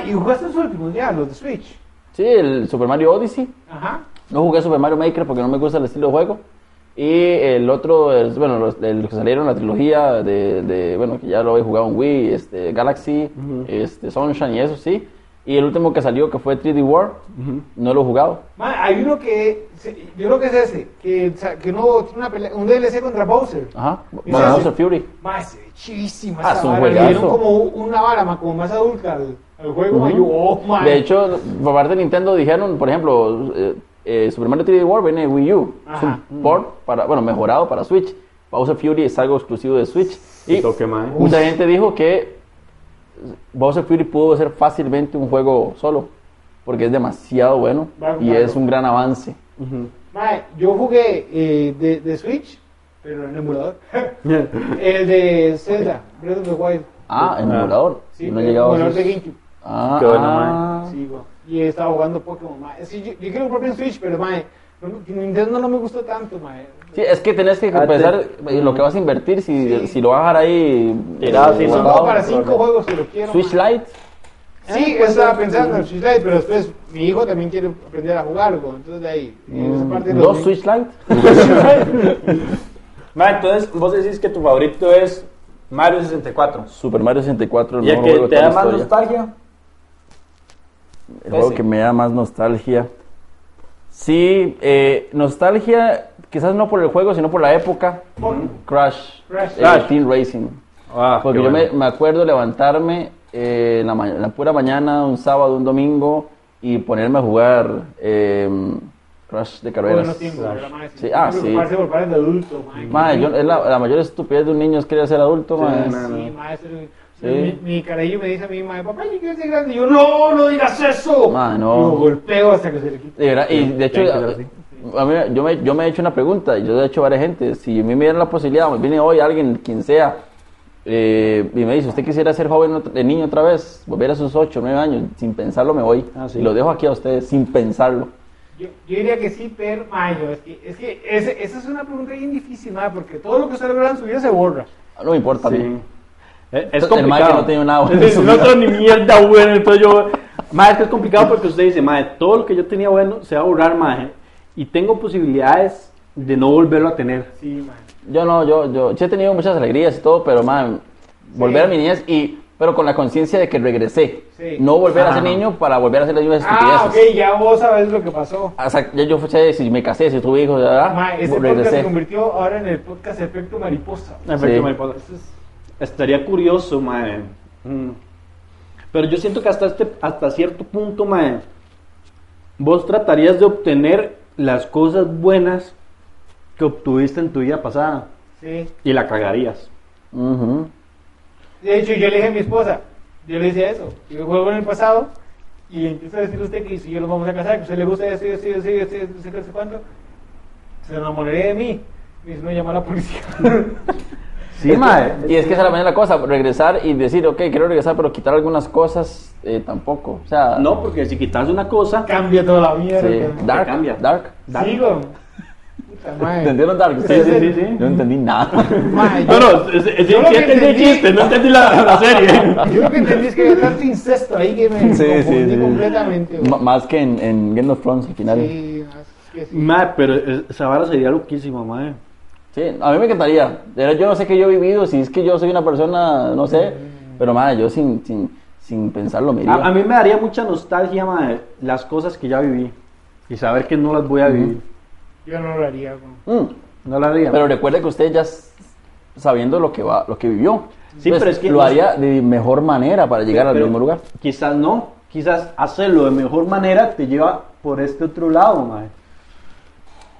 Speaker 1: Ma, y jugaste su último día, los de Switch.
Speaker 3: Sí, el Super Mario Odyssey.
Speaker 1: Ajá.
Speaker 3: No jugué Super Mario Maker porque no me gusta el estilo de juego. Y el otro, es, bueno, los, de los que salieron la trilogía de, de, bueno, que ya lo he jugado en Wii, este, Galaxy, este, Sunshine y eso, sí. Y el último que salió, que fue 3D World, no lo he jugado.
Speaker 1: Ma, hay uno que. se- Yo creo que es ese. Que, sa- que uno tiene una pelea, un DLC contra Bowser.
Speaker 3: Ajá,
Speaker 1: ¿Y
Speaker 3: bueno,
Speaker 1: ese?
Speaker 3: Bowser Fury.
Speaker 1: Ma, se ve chivísima
Speaker 3: Ah,
Speaker 1: esa
Speaker 3: es un
Speaker 1: vara.
Speaker 3: juegazo.
Speaker 1: Le dieron como una vara, ma, como más adulta al, al juego. ma, yo, oh, ma.
Speaker 3: De hecho, por parte de Nintendo dijeron, por ejemplo, eh, eh, Super Mario 3D World viene de Wii U. Es
Speaker 1: Ajá.
Speaker 3: un port, para, bueno, mejorado para Switch. Bowser Fury es algo exclusivo de Switch. Y
Speaker 2: toque, mae.
Speaker 3: mucha gente dijo que Bowser Fury pudo ser fácilmente un juego solo. Porque es demasiado bueno
Speaker 1: Va,
Speaker 3: y
Speaker 1: claro.
Speaker 3: es un gran avance.
Speaker 4: <laughs>
Speaker 1: Ma, yo jugué eh, de, de Switch, pero en emulador. <laughs> el de Zelda, Breath of the Wild.
Speaker 3: Ah, en
Speaker 2: Ah.
Speaker 3: emulador.
Speaker 1: Sí,
Speaker 3: no he
Speaker 1: el
Speaker 3: llegado a
Speaker 1: emulador de
Speaker 3: esos-
Speaker 1: GameCube.
Speaker 3: Ah,
Speaker 2: Qué bueno,
Speaker 3: ah.
Speaker 1: Sí, güey. Y estaba jugando Pokémon, ma. Sí, yo, yo quiero un propio Switch, pero, ma, no me- Nintendo no me gustó tanto, ma.
Speaker 3: Sí, es que tenés que
Speaker 2: Ah, te-
Speaker 3: compensar eh, lo que vas a invertir si,
Speaker 1: Sí.
Speaker 3: si lo vas a dejar ahí. eh,
Speaker 2: Tirado, sí,
Speaker 1: Son
Speaker 2: guardado,
Speaker 1: como para
Speaker 2: pero
Speaker 1: cinco
Speaker 2: no.
Speaker 1: juegos si lo quiero.
Speaker 3: Switch
Speaker 1: ma.
Speaker 3: Lite. Ah, pues,
Speaker 1: Sí, eso estaba pensando en Switch Lite, pero después mi hijo también quiere aprender a jugar, güey. Entonces de ahí, en esa parte de
Speaker 3: Mm, ¿Dos Switch Lite?
Speaker 4: <laughs> Ma, entonces vos decís que tu favorito es Mario 64.
Speaker 3: Super Mario 64, el
Speaker 4: ¿Y el
Speaker 3: mejor
Speaker 4: que
Speaker 3: juego de
Speaker 4: te
Speaker 3: toda
Speaker 4: da
Speaker 3: la
Speaker 4: más
Speaker 3: historia.
Speaker 4: nostalgia?
Speaker 3: El juego
Speaker 4: Ese.
Speaker 3: que me da más nostalgia. Sí, eh, nostalgia, quizás no por el juego, sino por la época. Crash.
Speaker 1: Crash.
Speaker 3: eh,
Speaker 2: Crash.
Speaker 3: Team Racing.
Speaker 2: Ah,
Speaker 3: Porque
Speaker 2: qué
Speaker 3: Pues yo me,
Speaker 2: bueno.
Speaker 3: me acuerdo levantarme eh, en la, ma- en la pura mañana, un sábado, un domingo, y ponerme a jugar eh, Crash de carreras.
Speaker 1: Buenos tiempos, ¿verdad, mae?
Speaker 3: Sí, ah, sí.
Speaker 1: Preocuparse por pares de adulto, mae.
Speaker 3: Mae, yo- es la, la mayor estupidez de un niño es querer ser adulto, mae.
Speaker 2: no, no.
Speaker 1: Sí, mae, eso-
Speaker 3: Sí.
Speaker 1: Mi, mi carajillo me dice a mí, mae, papá, yo quiero ser grande. Y yo, no, no digas eso.
Speaker 3: Mae, no.
Speaker 1: Lo golpeo hasta que se le quite.
Speaker 3: De verdad, y de hecho,
Speaker 2: tiene que ser así.
Speaker 3: a- a mí- yo, me, yo me he hecho una pregunta, y yo le he hecho a varias gente, si a mí me dieran la posibilidad, me viene hoy alguien, quien sea, eh, y me dice, usted quisiera ser joven, otra- de niño otra vez, volver a sus 8, 9 años, sin pensarlo me voy,
Speaker 4: Ah, sí.
Speaker 3: y lo dejo aquí a ustedes, sin pensarlo.
Speaker 1: Yo, yo diría que sí, pero, mae, yo, es que, es que ese- esa es una pregunta bien difícil, mae, porque todo lo que usted logra en su vida se borra.
Speaker 3: Ah, No me importa, a mí.
Speaker 4: Es, es
Speaker 3: Eh, El mae que
Speaker 4: complicado.
Speaker 3: no
Speaker 4: <laughs>
Speaker 3: tiene nada bueno
Speaker 4: Es
Speaker 3: en
Speaker 4: decir,
Speaker 3: su
Speaker 4: no
Speaker 3: vida.
Speaker 4: tengo ni mierda bueno, entonces yo... Ma, es que
Speaker 3: <laughs>
Speaker 4: es complicado porque usted dice, ma, todo lo que yo tenía bueno se va a borrar, ma, y tengo posibilidades de no volverlo a tener.
Speaker 1: Sí, mae.
Speaker 3: Yo no, yo, yo, sí he tenido muchas alegrías y todo, pero man, volver a mi niñez y, pero con la conciencia de que regresé,
Speaker 1: Sí.
Speaker 3: no volver a
Speaker 4: Ah.
Speaker 3: ser niño para volver a hacer las mismas estupideces.
Speaker 1: Ah, ok, ya vos sabes lo que pasó.
Speaker 3: O sea, ya yo fui, si me casé, si tuve hijos, ¿verdad?
Speaker 1: Ma, este podcast se
Speaker 3: regresé.
Speaker 1: convirtió ahora en el podcast Efecto Mariposa.
Speaker 4: Efecto
Speaker 3: Sí.
Speaker 4: mariposa. Eso es- Estaría curioso, mae. Mm. Pero yo siento que hasta, este, hasta cierto punto, mae, vos tratarías de obtener las cosas buenas que obtuviste en tu vida pasada
Speaker 1: Sí.
Speaker 4: y la cagarías.
Speaker 3: Ujú.
Speaker 1: De hecho, yo le dije a mi esposa, yo le decía eso. Yo juego en el pasado y le empiezo a decir a usted que si yo nos vamos a casar, que a usted le gusta esto, esto, esto, esto, esto, no sé qué, no sé cuánto, se enamoraría de mí. Me dice, no llama a la <laughs> policía.
Speaker 4: Sí, mae.
Speaker 3: Y es que esa es la manera de la cosa, regresar y decir, ok, quiero regresar, pero quitar algunas cosas eh, tampoco. O sea,
Speaker 4: No, porque si quitas una cosa,
Speaker 1: Cambia toda la mierda.
Speaker 3: sí,
Speaker 1: que-
Speaker 3: dark,
Speaker 4: Te cambia.
Speaker 3: dark.
Speaker 1: Sí, güey. Puta madre.
Speaker 3: ¿Entendieron dark?
Speaker 4: Sí, sí, sí, sí.
Speaker 3: Yo no entendí nada.
Speaker 1: Ma,
Speaker 4: No,
Speaker 1: yo,
Speaker 4: no, es, es-
Speaker 1: Yo lo
Speaker 4: sí
Speaker 1: que
Speaker 4: entendí el
Speaker 1: entendí-
Speaker 4: chiste, no entendí la, la serie.
Speaker 1: yo lo que entendí es que había tanto incesto ahí que me
Speaker 3: Sí, sí,
Speaker 1: confundí
Speaker 3: sí.
Speaker 1: completamente. güey.
Speaker 3: M- más que en, en Game of Thrones al final. Sí.
Speaker 1: Sí, es que sí.
Speaker 4: Mae, pero eh, esa vara sería loquísima, mae.
Speaker 3: a mí me encantaría. De verdad, Yo no sé qué yo he vivido, si es que yo soy una persona, no sé, pero madre, yo sin, sin, sin pensarlo me iría.
Speaker 4: A, a mí me daría mucha nostalgia, mae, las cosas que ya viví y saber que no las voy a vivir.
Speaker 1: Yo no lo haría. güey.
Speaker 3: Mm.
Speaker 4: No las haría.
Speaker 3: Pero recuerde que usted ya s- sabiendo lo que va, lo que vivió.
Speaker 4: Sí, pero es que-
Speaker 3: lo haría de mejor manera para llegar al
Speaker 4: Pero
Speaker 3: mismo lugar.
Speaker 4: Quizás no, quizás hacerlo de mejor manera te lleva por este otro lado, mae.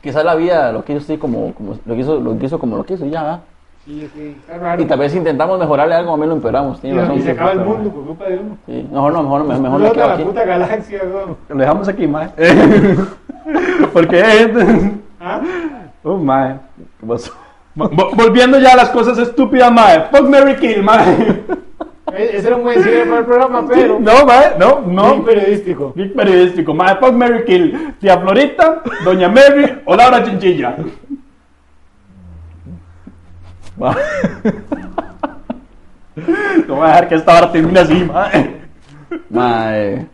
Speaker 3: Quizás la vida lo quiso usted como, como lo quiso, lo quiso como lo quiso y ya. ¿verdad?
Speaker 1: Sí, sí, está raro.
Speaker 3: Y tal vez si intentamos mejorarle algo, a mí lo empeoramos.
Speaker 1: Y
Speaker 3: Tiene razón. pues,
Speaker 1: se acaba el mundo por culpa de uno.
Speaker 3: Sí, Mejor no, mejor no, mejor, mejor me
Speaker 1: Explota
Speaker 3: quedo
Speaker 1: la
Speaker 3: aquí.
Speaker 1: puta galaxia, güey.
Speaker 4: Lo dejamos aquí, mae. <laughs> Porque
Speaker 1: ¿Ah?
Speaker 4: <laughs> oh, mae.
Speaker 3: ¿Qué pasó?
Speaker 4: Vo- <laughs> vo- Volviendo ya a las cosas estúpidas, mae. Fuck Mary Kill, mae.
Speaker 1: E- Ese era un buen cierre para el programa, pero.
Speaker 4: No, mae, no,
Speaker 1: Muy
Speaker 4: no.
Speaker 1: periodístico.
Speaker 4: Big periodístico, mae. Fuck Mary Kill. Tía Florita, Doña Mary o Laura Chinchilla.
Speaker 3: Va.
Speaker 4: No voy a dejar que esta hora termine así, mae.
Speaker 3: Mae.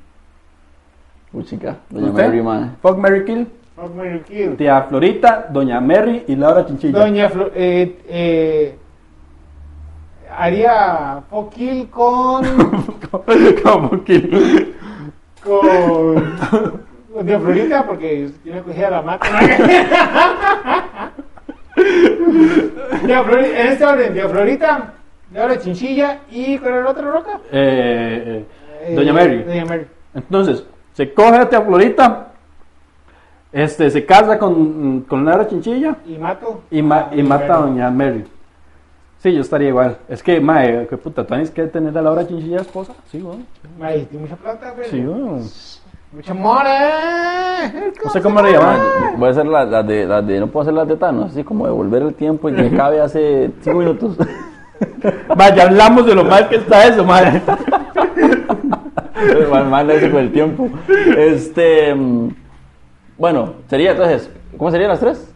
Speaker 3: Puchica, doña
Speaker 4: ¿Usted?
Speaker 3: Mary, mae.
Speaker 4: Fuck Mary <laughs> Kill,
Speaker 1: Fuck, Mary Kill.
Speaker 4: tía Florita, Doña Mary y Laura Chinchilla.
Speaker 1: Doña Flo- eh, eh, haría Fuck Kill con.
Speaker 4: Como que-
Speaker 1: con. con Doña Florita, porque yo le cogía la mata. Doña Florita, en este orden, Doña Florita, Laura Chinchilla y con el otro roca.
Speaker 4: Eh, eh,
Speaker 1: Eh,
Speaker 4: Doña Mary.
Speaker 1: Doña Mary.
Speaker 4: Entonces, se coge a tía Florita, este, se casa con, con Laura Chinchilla
Speaker 1: Y mato.
Speaker 4: y, ma- y mata a
Speaker 1: Mary.
Speaker 4: Doña Mary. Sí, yo estaría igual. Es que, mae, qué puta, ¿tú tienes que tener a Laura Chinchilla esposa? Sí, güey.
Speaker 1: Ay, tiene mucha plata, güey.
Speaker 4: Sí, güey.
Speaker 1: Mucha mora. No
Speaker 4: sé cómo le llaman.
Speaker 3: Mae, Voy a hacer las la de, las de. No puedo hacer las de Thanos, así como devolver el
Speaker 1: <laughs>
Speaker 3: tiempo y que cabe hace 5 minutos.
Speaker 4: Vaya, hablamos de lo mal que está eso, mae.
Speaker 3: <laughs> Mal, mal ese con el tiempo. Este. mm, Bueno, sería entonces. ¿Cómo serían las tres?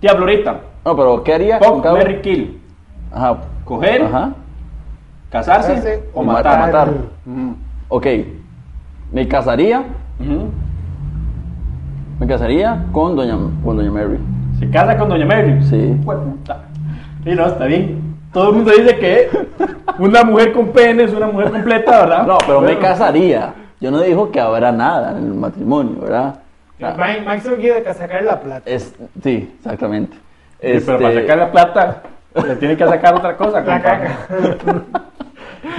Speaker 4: Tía Florita,
Speaker 3: No, pero ¿qué haría? con
Speaker 4: fuck
Speaker 3: cada uno?
Speaker 4: Mary Kill,
Speaker 3: Ajá.
Speaker 4: coger,
Speaker 3: Ajá.
Speaker 4: casarse
Speaker 1: Casarse
Speaker 4: o
Speaker 3: ma-
Speaker 4: matar.
Speaker 3: matar.
Speaker 4: Mm.
Speaker 3: ok, me casaría, me casaría con Doña, con Doña Mary.
Speaker 4: Se casa con Doña Mary.
Speaker 3: Sí.
Speaker 4: Puta. Sí, no, está bien. Todo el mundo dice que una mujer con pene es una mujer completa, ¿verdad?
Speaker 3: No, pero me
Speaker 4: Bueno,
Speaker 3: casaría. Yo no digo que habrá nada en el matrimonio, ¿verdad? Ah,
Speaker 1: Mike, Mike solo quiere sacar la plata.
Speaker 3: es- sí, exactamente.
Speaker 4: sí, Pero para
Speaker 3: Este,
Speaker 4: sacar la plata, le tienen que sacar otra cosa.
Speaker 1: La
Speaker 4: compa.
Speaker 1: caca.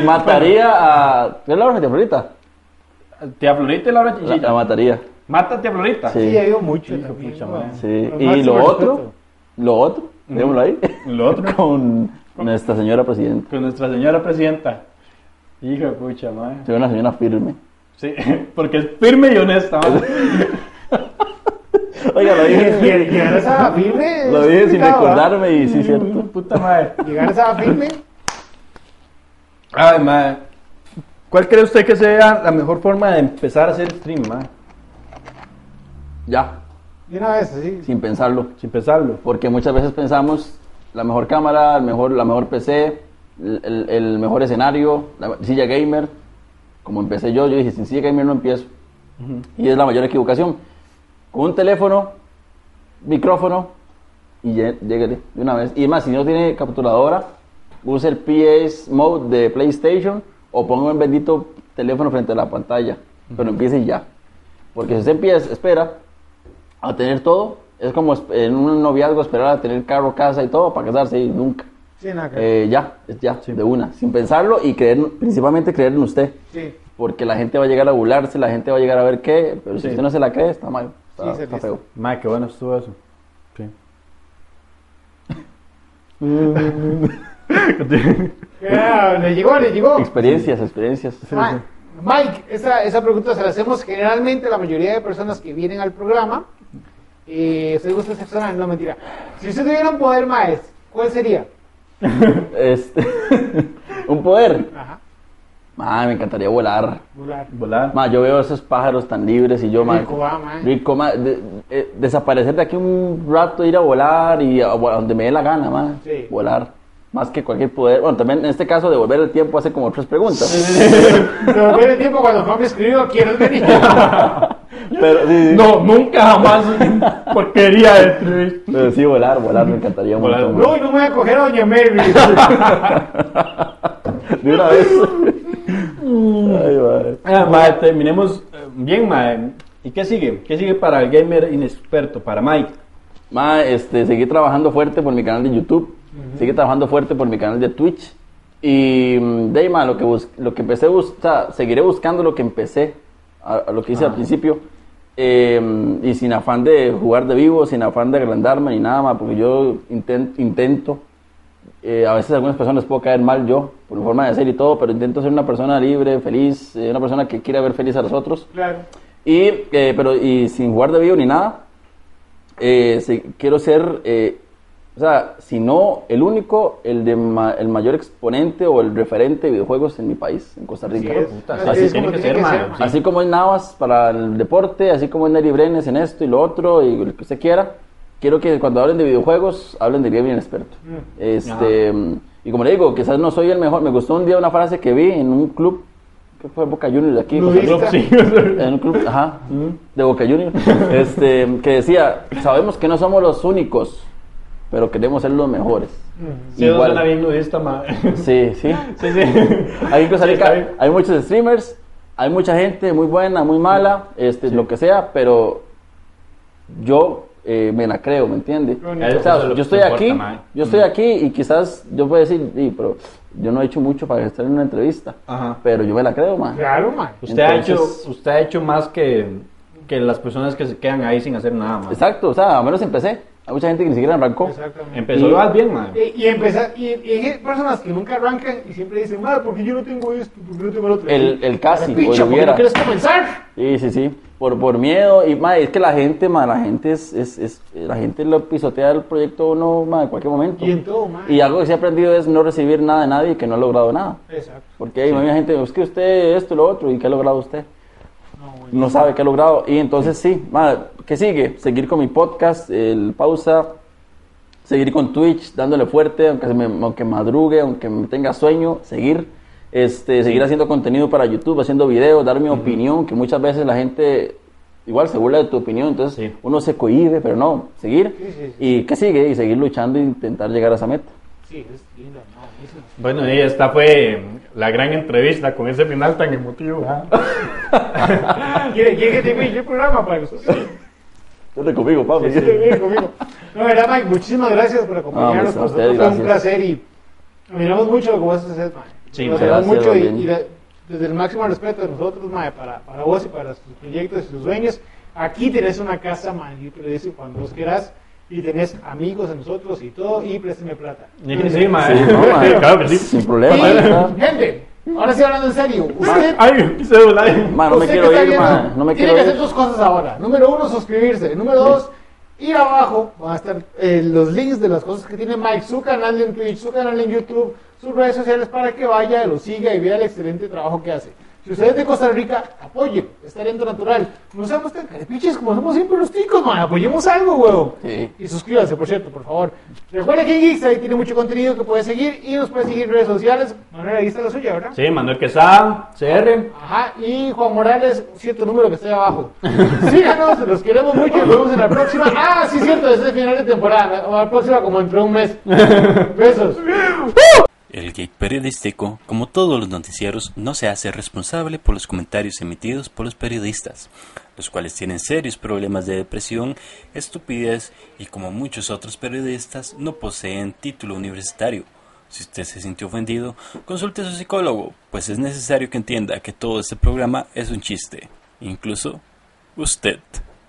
Speaker 3: Mataría a... ¿Qué es la hora de Florita?
Speaker 4: Tía Florita y Laura
Speaker 3: La, la
Speaker 4: Chinchilla.
Speaker 3: mataría.
Speaker 4: Mata a tía Florita.
Speaker 3: Sí.
Speaker 1: Sí, ha ido mucho
Speaker 4: Hijo,
Speaker 1: también.
Speaker 4: pucha
Speaker 1: güey.
Speaker 4: madre.
Speaker 3: Sí.
Speaker 1: Con
Speaker 3: Y
Speaker 1: máximo
Speaker 3: lo otro,
Speaker 1: respeto.
Speaker 3: lo otro, démoslo <laughs> ahí,
Speaker 4: Lo otro,
Speaker 3: con nuestra señora presidenta.
Speaker 4: con nuestra señora presidenta. Hijo de pucha, madre.
Speaker 3: Soy una señora firme.
Speaker 4: Sí, <laughs> porque es firme y honesta. madre.
Speaker 3: Oiga, lo
Speaker 1: Llegar-
Speaker 3: dije,
Speaker 1: Llegar a esa firme. es ¿ah?
Speaker 3: lo dije sin
Speaker 1: complicado, ¿verdad?
Speaker 3: recordarme y sí, cierto.
Speaker 4: <laughs> Puta madre.
Speaker 1: Llegar a esa firme.
Speaker 4: Ay, madre. ¿Cuál cree usted que sea la mejor forma de empezar a hacer stream, madre?
Speaker 3: Ya,
Speaker 1: De una vez, así.
Speaker 3: sin pensarlo.
Speaker 4: Sin pensarlo.
Speaker 3: Porque muchas veces pensamos la mejor cámara, el mejor, la mejor PC, el, el- el mejor escenario, la silla gamer. Como empecé yo, yo dije, sin silla gamer no empiezo. Y es la mayor equivocación. Con un teléfono, micrófono, y lle- lléguele de una vez. Y además, si no tiene capturadora, use el PS Mode de PlayStation o ponga un bendito teléfono frente a la pantalla. Pero empiece ya. Porque si usted empieza, espera, a tener todo. Es como es- en un noviazgo esperar a tener carro, casa y todo para casarse y nunca.
Speaker 1: Sí, nada, que-
Speaker 3: Eh, ya, es ya, de una, sin pensarlo y creer, principalmente creer en usted. <laughs>
Speaker 1: Sí.
Speaker 3: Porque la gente va a llegar a burlarse, la gente va a llegar a ver qué, pero
Speaker 4: Sí.
Speaker 3: si usted no se la cree, está mal,
Speaker 1: Sí,
Speaker 3: está,
Speaker 1: se
Speaker 3: está
Speaker 1: dice.
Speaker 3: feo.
Speaker 4: Madre, qué bueno estuvo eso. Sí.
Speaker 1: Ah, le llegó, le llegó.
Speaker 3: Experiencias, experiencias. Ah.
Speaker 1: Ma- Mike, esa, esa pregunta se la hacemos generalmente a la mayoría de personas que vienen al programa. Eh, soy gusto excepcional, no mentira. Si usted tuviera un poder más, ¿cuál sería?
Speaker 3: Este, <laughs> un poder.
Speaker 1: Ajá,
Speaker 3: Ma, me encantaría volar.
Speaker 1: volar.
Speaker 4: Volar.
Speaker 3: Ma, yo veo esos pájaros tan libres y yo, ma,
Speaker 1: Rico, va, ma.
Speaker 3: rico, ma, de- eh, desaparecer de aquí un rato, ir a volar y a, a donde me dé la gana, ma,
Speaker 1: Sí.
Speaker 3: volar. Más que cualquier poder. Bueno, también en este caso, devolver el tiempo hace como tres preguntas.
Speaker 1: Pero ver el tiempo cuando Juan me escribió, quiero venir.
Speaker 3: <laughs> Pero sí, sí.
Speaker 4: No, nunca jamás <laughs> porquería de stream.
Speaker 3: Pero sí, volar, volar me encantaría un
Speaker 4: Volar.
Speaker 3: montón, ma.
Speaker 1: No, y no me voy a coger a Doña
Speaker 3: <laughs>
Speaker 1: Mary.
Speaker 3: De una
Speaker 4: <laughs>
Speaker 3: vez. Ay, madre.
Speaker 4: Ah, madre, terminemos eh, bien, madre. ¿Y qué sigue? ¿Qué sigue para el gamer inexperto, para Mike?
Speaker 3: Ma, este, seguí trabajando fuerte por mi canal de YouTube, seguí trabajando fuerte por mi canal de Twitch. Y mm, de ahí, ma, lo que, bus- lo que empecé, bus- o sea, seguiré buscando lo que empecé, a, a lo que hice al principio. Eh, y sin afán de jugar de vivo, sin afán de agrandarme ni nada más, porque yo inten- intento, eh, a veces a algunas personas puedo caer mal yo, por mi forma de ser y todo, pero intento ser una persona libre, feliz, eh, una persona que quiera ver feliz a los otros.
Speaker 1: Claro.
Speaker 3: Y, eh, pero, y sin jugar de vivo ni nada, eh, si- quiero ser, eh, o sea, si no el único, el, de ma- el mayor exponente o el referente de videojuegos en mi país, en Costa Rica.
Speaker 1: Así es.
Speaker 4: puta,
Speaker 1: Así
Speaker 3: así
Speaker 1: es
Speaker 4: tiene
Speaker 1: como
Speaker 4: que
Speaker 1: tiene
Speaker 4: ser,
Speaker 1: que
Speaker 4: mano,
Speaker 1: ser, ma.
Speaker 4: sí.
Speaker 3: Así como es Navas para el deporte, así como es Neri Brenes en esto y lo otro y lo que usted quiera, quiero que cuando hablen de videojuegos, hablen de gaming experto.
Speaker 1: Mm.
Speaker 3: Este, y como le digo, quizás no soy el mejor, me gustó un día una frase que vi en un club, creo que fue Boca Juniors de aquí, de Costa
Speaker 1: Luis.
Speaker 3: Rica.
Speaker 2: <laughs>
Speaker 3: En un club, ajá, de Boca Juniors, este, que decía, sabemos que no somos los únicos, pero queremos ser los mejores.
Speaker 4: Sí,
Speaker 3: Igual.
Speaker 4: suena bien
Speaker 2: <laughs>
Speaker 4: nudista, madre.
Speaker 3: Sí, sí.
Speaker 4: Sí, sí.
Speaker 3: Aquí
Speaker 2: pues,
Speaker 3: en Costa
Speaker 4: Sí, está
Speaker 3: Rica
Speaker 4: bien.
Speaker 3: hay muchos streamers, hay mucha gente muy buena, muy mala, este, lo que sea, pero yo eh, me la creo, ¿me entiende?
Speaker 1: Lo único.
Speaker 3: O sea,
Speaker 4: Eso es lo
Speaker 3: yo
Speaker 4: que
Speaker 3: estoy
Speaker 4: importa,
Speaker 3: aquí,
Speaker 4: mae.
Speaker 3: yo estoy aquí y quizás yo puedo decir, "Sí, pero yo no he hecho mucho para estar en una entrevista,
Speaker 4: Ajá.
Speaker 3: pero yo me la creo, man.
Speaker 1: Claro, man.
Speaker 4: Usted,
Speaker 3: Entonces-
Speaker 4: ha hecho, usted ha hecho más que, que las personas que se quedan ahí sin hacer nada, madre.
Speaker 3: Exacto, o sea, a menos empecé. Hay mucha gente que ni siquiera arrancó.
Speaker 1: Exactamente.
Speaker 4: Empezó
Speaker 3: Y-
Speaker 4: lo más bien, madre.
Speaker 1: Y, y empezar, y, y hay personas que nunca arrancan y siempre dicen, madre, porque yo no tengo esto, porque no tengo lo otro.
Speaker 3: El, el casi, o
Speaker 1: Picha,
Speaker 3: el
Speaker 1: ¿por qué no
Speaker 3: hubiera.
Speaker 1: quieres comenzar?
Speaker 3: Sí, sí, sí. Por, por miedo. Y ma, es que la gente, ma, la gente es, es, es- la gente lo pisotea el proyecto uno ma, en cualquier momento.
Speaker 1: Y en todo, man.
Speaker 3: Y algo que sí he aprendido es no recibir nada de nadie que no ha logrado nada.
Speaker 1: Exacto.
Speaker 3: Porque hay mucha gente, es que usted esto y lo otro, ¿y qué ha logrado usted?
Speaker 1: No, bueno.
Speaker 3: No sabe qué ha logrado. Y entonces sí, ma, ¿qué sigue? Seguir con mi podcast, el pausa, seguir con Twitch, dándole fuerte, aunque, se me- aunque madrugue, aunque me tenga sueño, seguir. este, seguir haciendo contenido para YouTube, haciendo videos, dar mi opinión, que muchas veces la gente igual se burla de tu opinión, entonces
Speaker 4: Sí.
Speaker 3: uno se cohíbe, pero no, seguir.
Speaker 1: Sí, sí, sí.
Speaker 3: ¿Y qué sigue? Y seguir luchando e intentar llegar a esa meta.
Speaker 1: Sí, es lindo, no, buenísimo.
Speaker 2: Bueno, y esta fue la gran entrevista con ese final tan emotivo. ¿ah?
Speaker 1: Ah, ¿Quiere, quiere que te invite el programa para que usted-
Speaker 3: Corre conmigo, papi.
Speaker 1: Sí, viene conmigo. No, era Mike, muchísimas gracias por
Speaker 3: Ah,
Speaker 1: acompañarnos.
Speaker 3: pues, a
Speaker 1: con
Speaker 3: ustedes,
Speaker 1: nosotros fue un
Speaker 3: gracias.
Speaker 1: placer y admiramos mucho lo que vos haces, Mike.
Speaker 4: Sí,
Speaker 1: Lo admiramos
Speaker 3: gracias,
Speaker 1: mucho y,
Speaker 3: Daniel.
Speaker 1: y la- desde el máximo respeto de nosotros, Mike, para, para vos y para tus proyectos y tus sueños. Aquí tenés una casa, Mike, yo te lo digo cuando vos quieras. Y tenés amigos en nosotros y todo, y préstame plata.
Speaker 2: Sí, mae.
Speaker 3: Sí, no, mae.
Speaker 2: Claro que sí.
Speaker 3: Sin problema. ahí está.
Speaker 1: Y, gente, ahora sí hablando en serio. Usted
Speaker 2: Ay, mi celular.
Speaker 3: Ma, no me
Speaker 1: Usted
Speaker 3: quiero
Speaker 1: que está
Speaker 3: ir,
Speaker 1: viendo,
Speaker 3: ma. No
Speaker 1: tiene
Speaker 3: me quiero
Speaker 1: que hacer
Speaker 3: ir.
Speaker 1: dos cosas ahora. Número uno, suscribirse. Número dos, ir abajo. Van a estar eh, los links de las cosas que tiene Mike, su canal en Twitch, su canal en YouTube, sus redes sociales para que vaya, lo siga y vea el excelente trabajo que hace. Si usted es de Costa Rica, apoyen. Es talento natural. No seamos tan carepiches como somos siempre los ticos, man. Apoyemos algo, huevo.
Speaker 3: Sí.
Speaker 1: Y suscríbanse, por cierto, por favor. Recuerda que en Geeks ahí tiene mucho contenido que puede seguir y nos puede seguir en redes sociales. Manuel, ahí está la suya, ¿verdad?
Speaker 2: Sí, Manuel Quesada, CR.
Speaker 1: Ajá, y Juan Morales, cierto número que está ahí abajo. Síganos, los queremos mucho, nos vemos en la próxima. Ah, sí, cierto, es el final de temporada, o la próxima como entre un mes. Besos.
Speaker 5: El Geek Periodístico, como todos los noticieros, no se hace responsable por los comentarios emitidos por los periodistas, los cuales tienen serios problemas de depresión, estupidez y como muchos otros periodistas no poseen título universitario. Si usted se sintió ofendido, consulte a su psicólogo, pues es necesario que entienda que todo este programa es un chiste, incluso usted.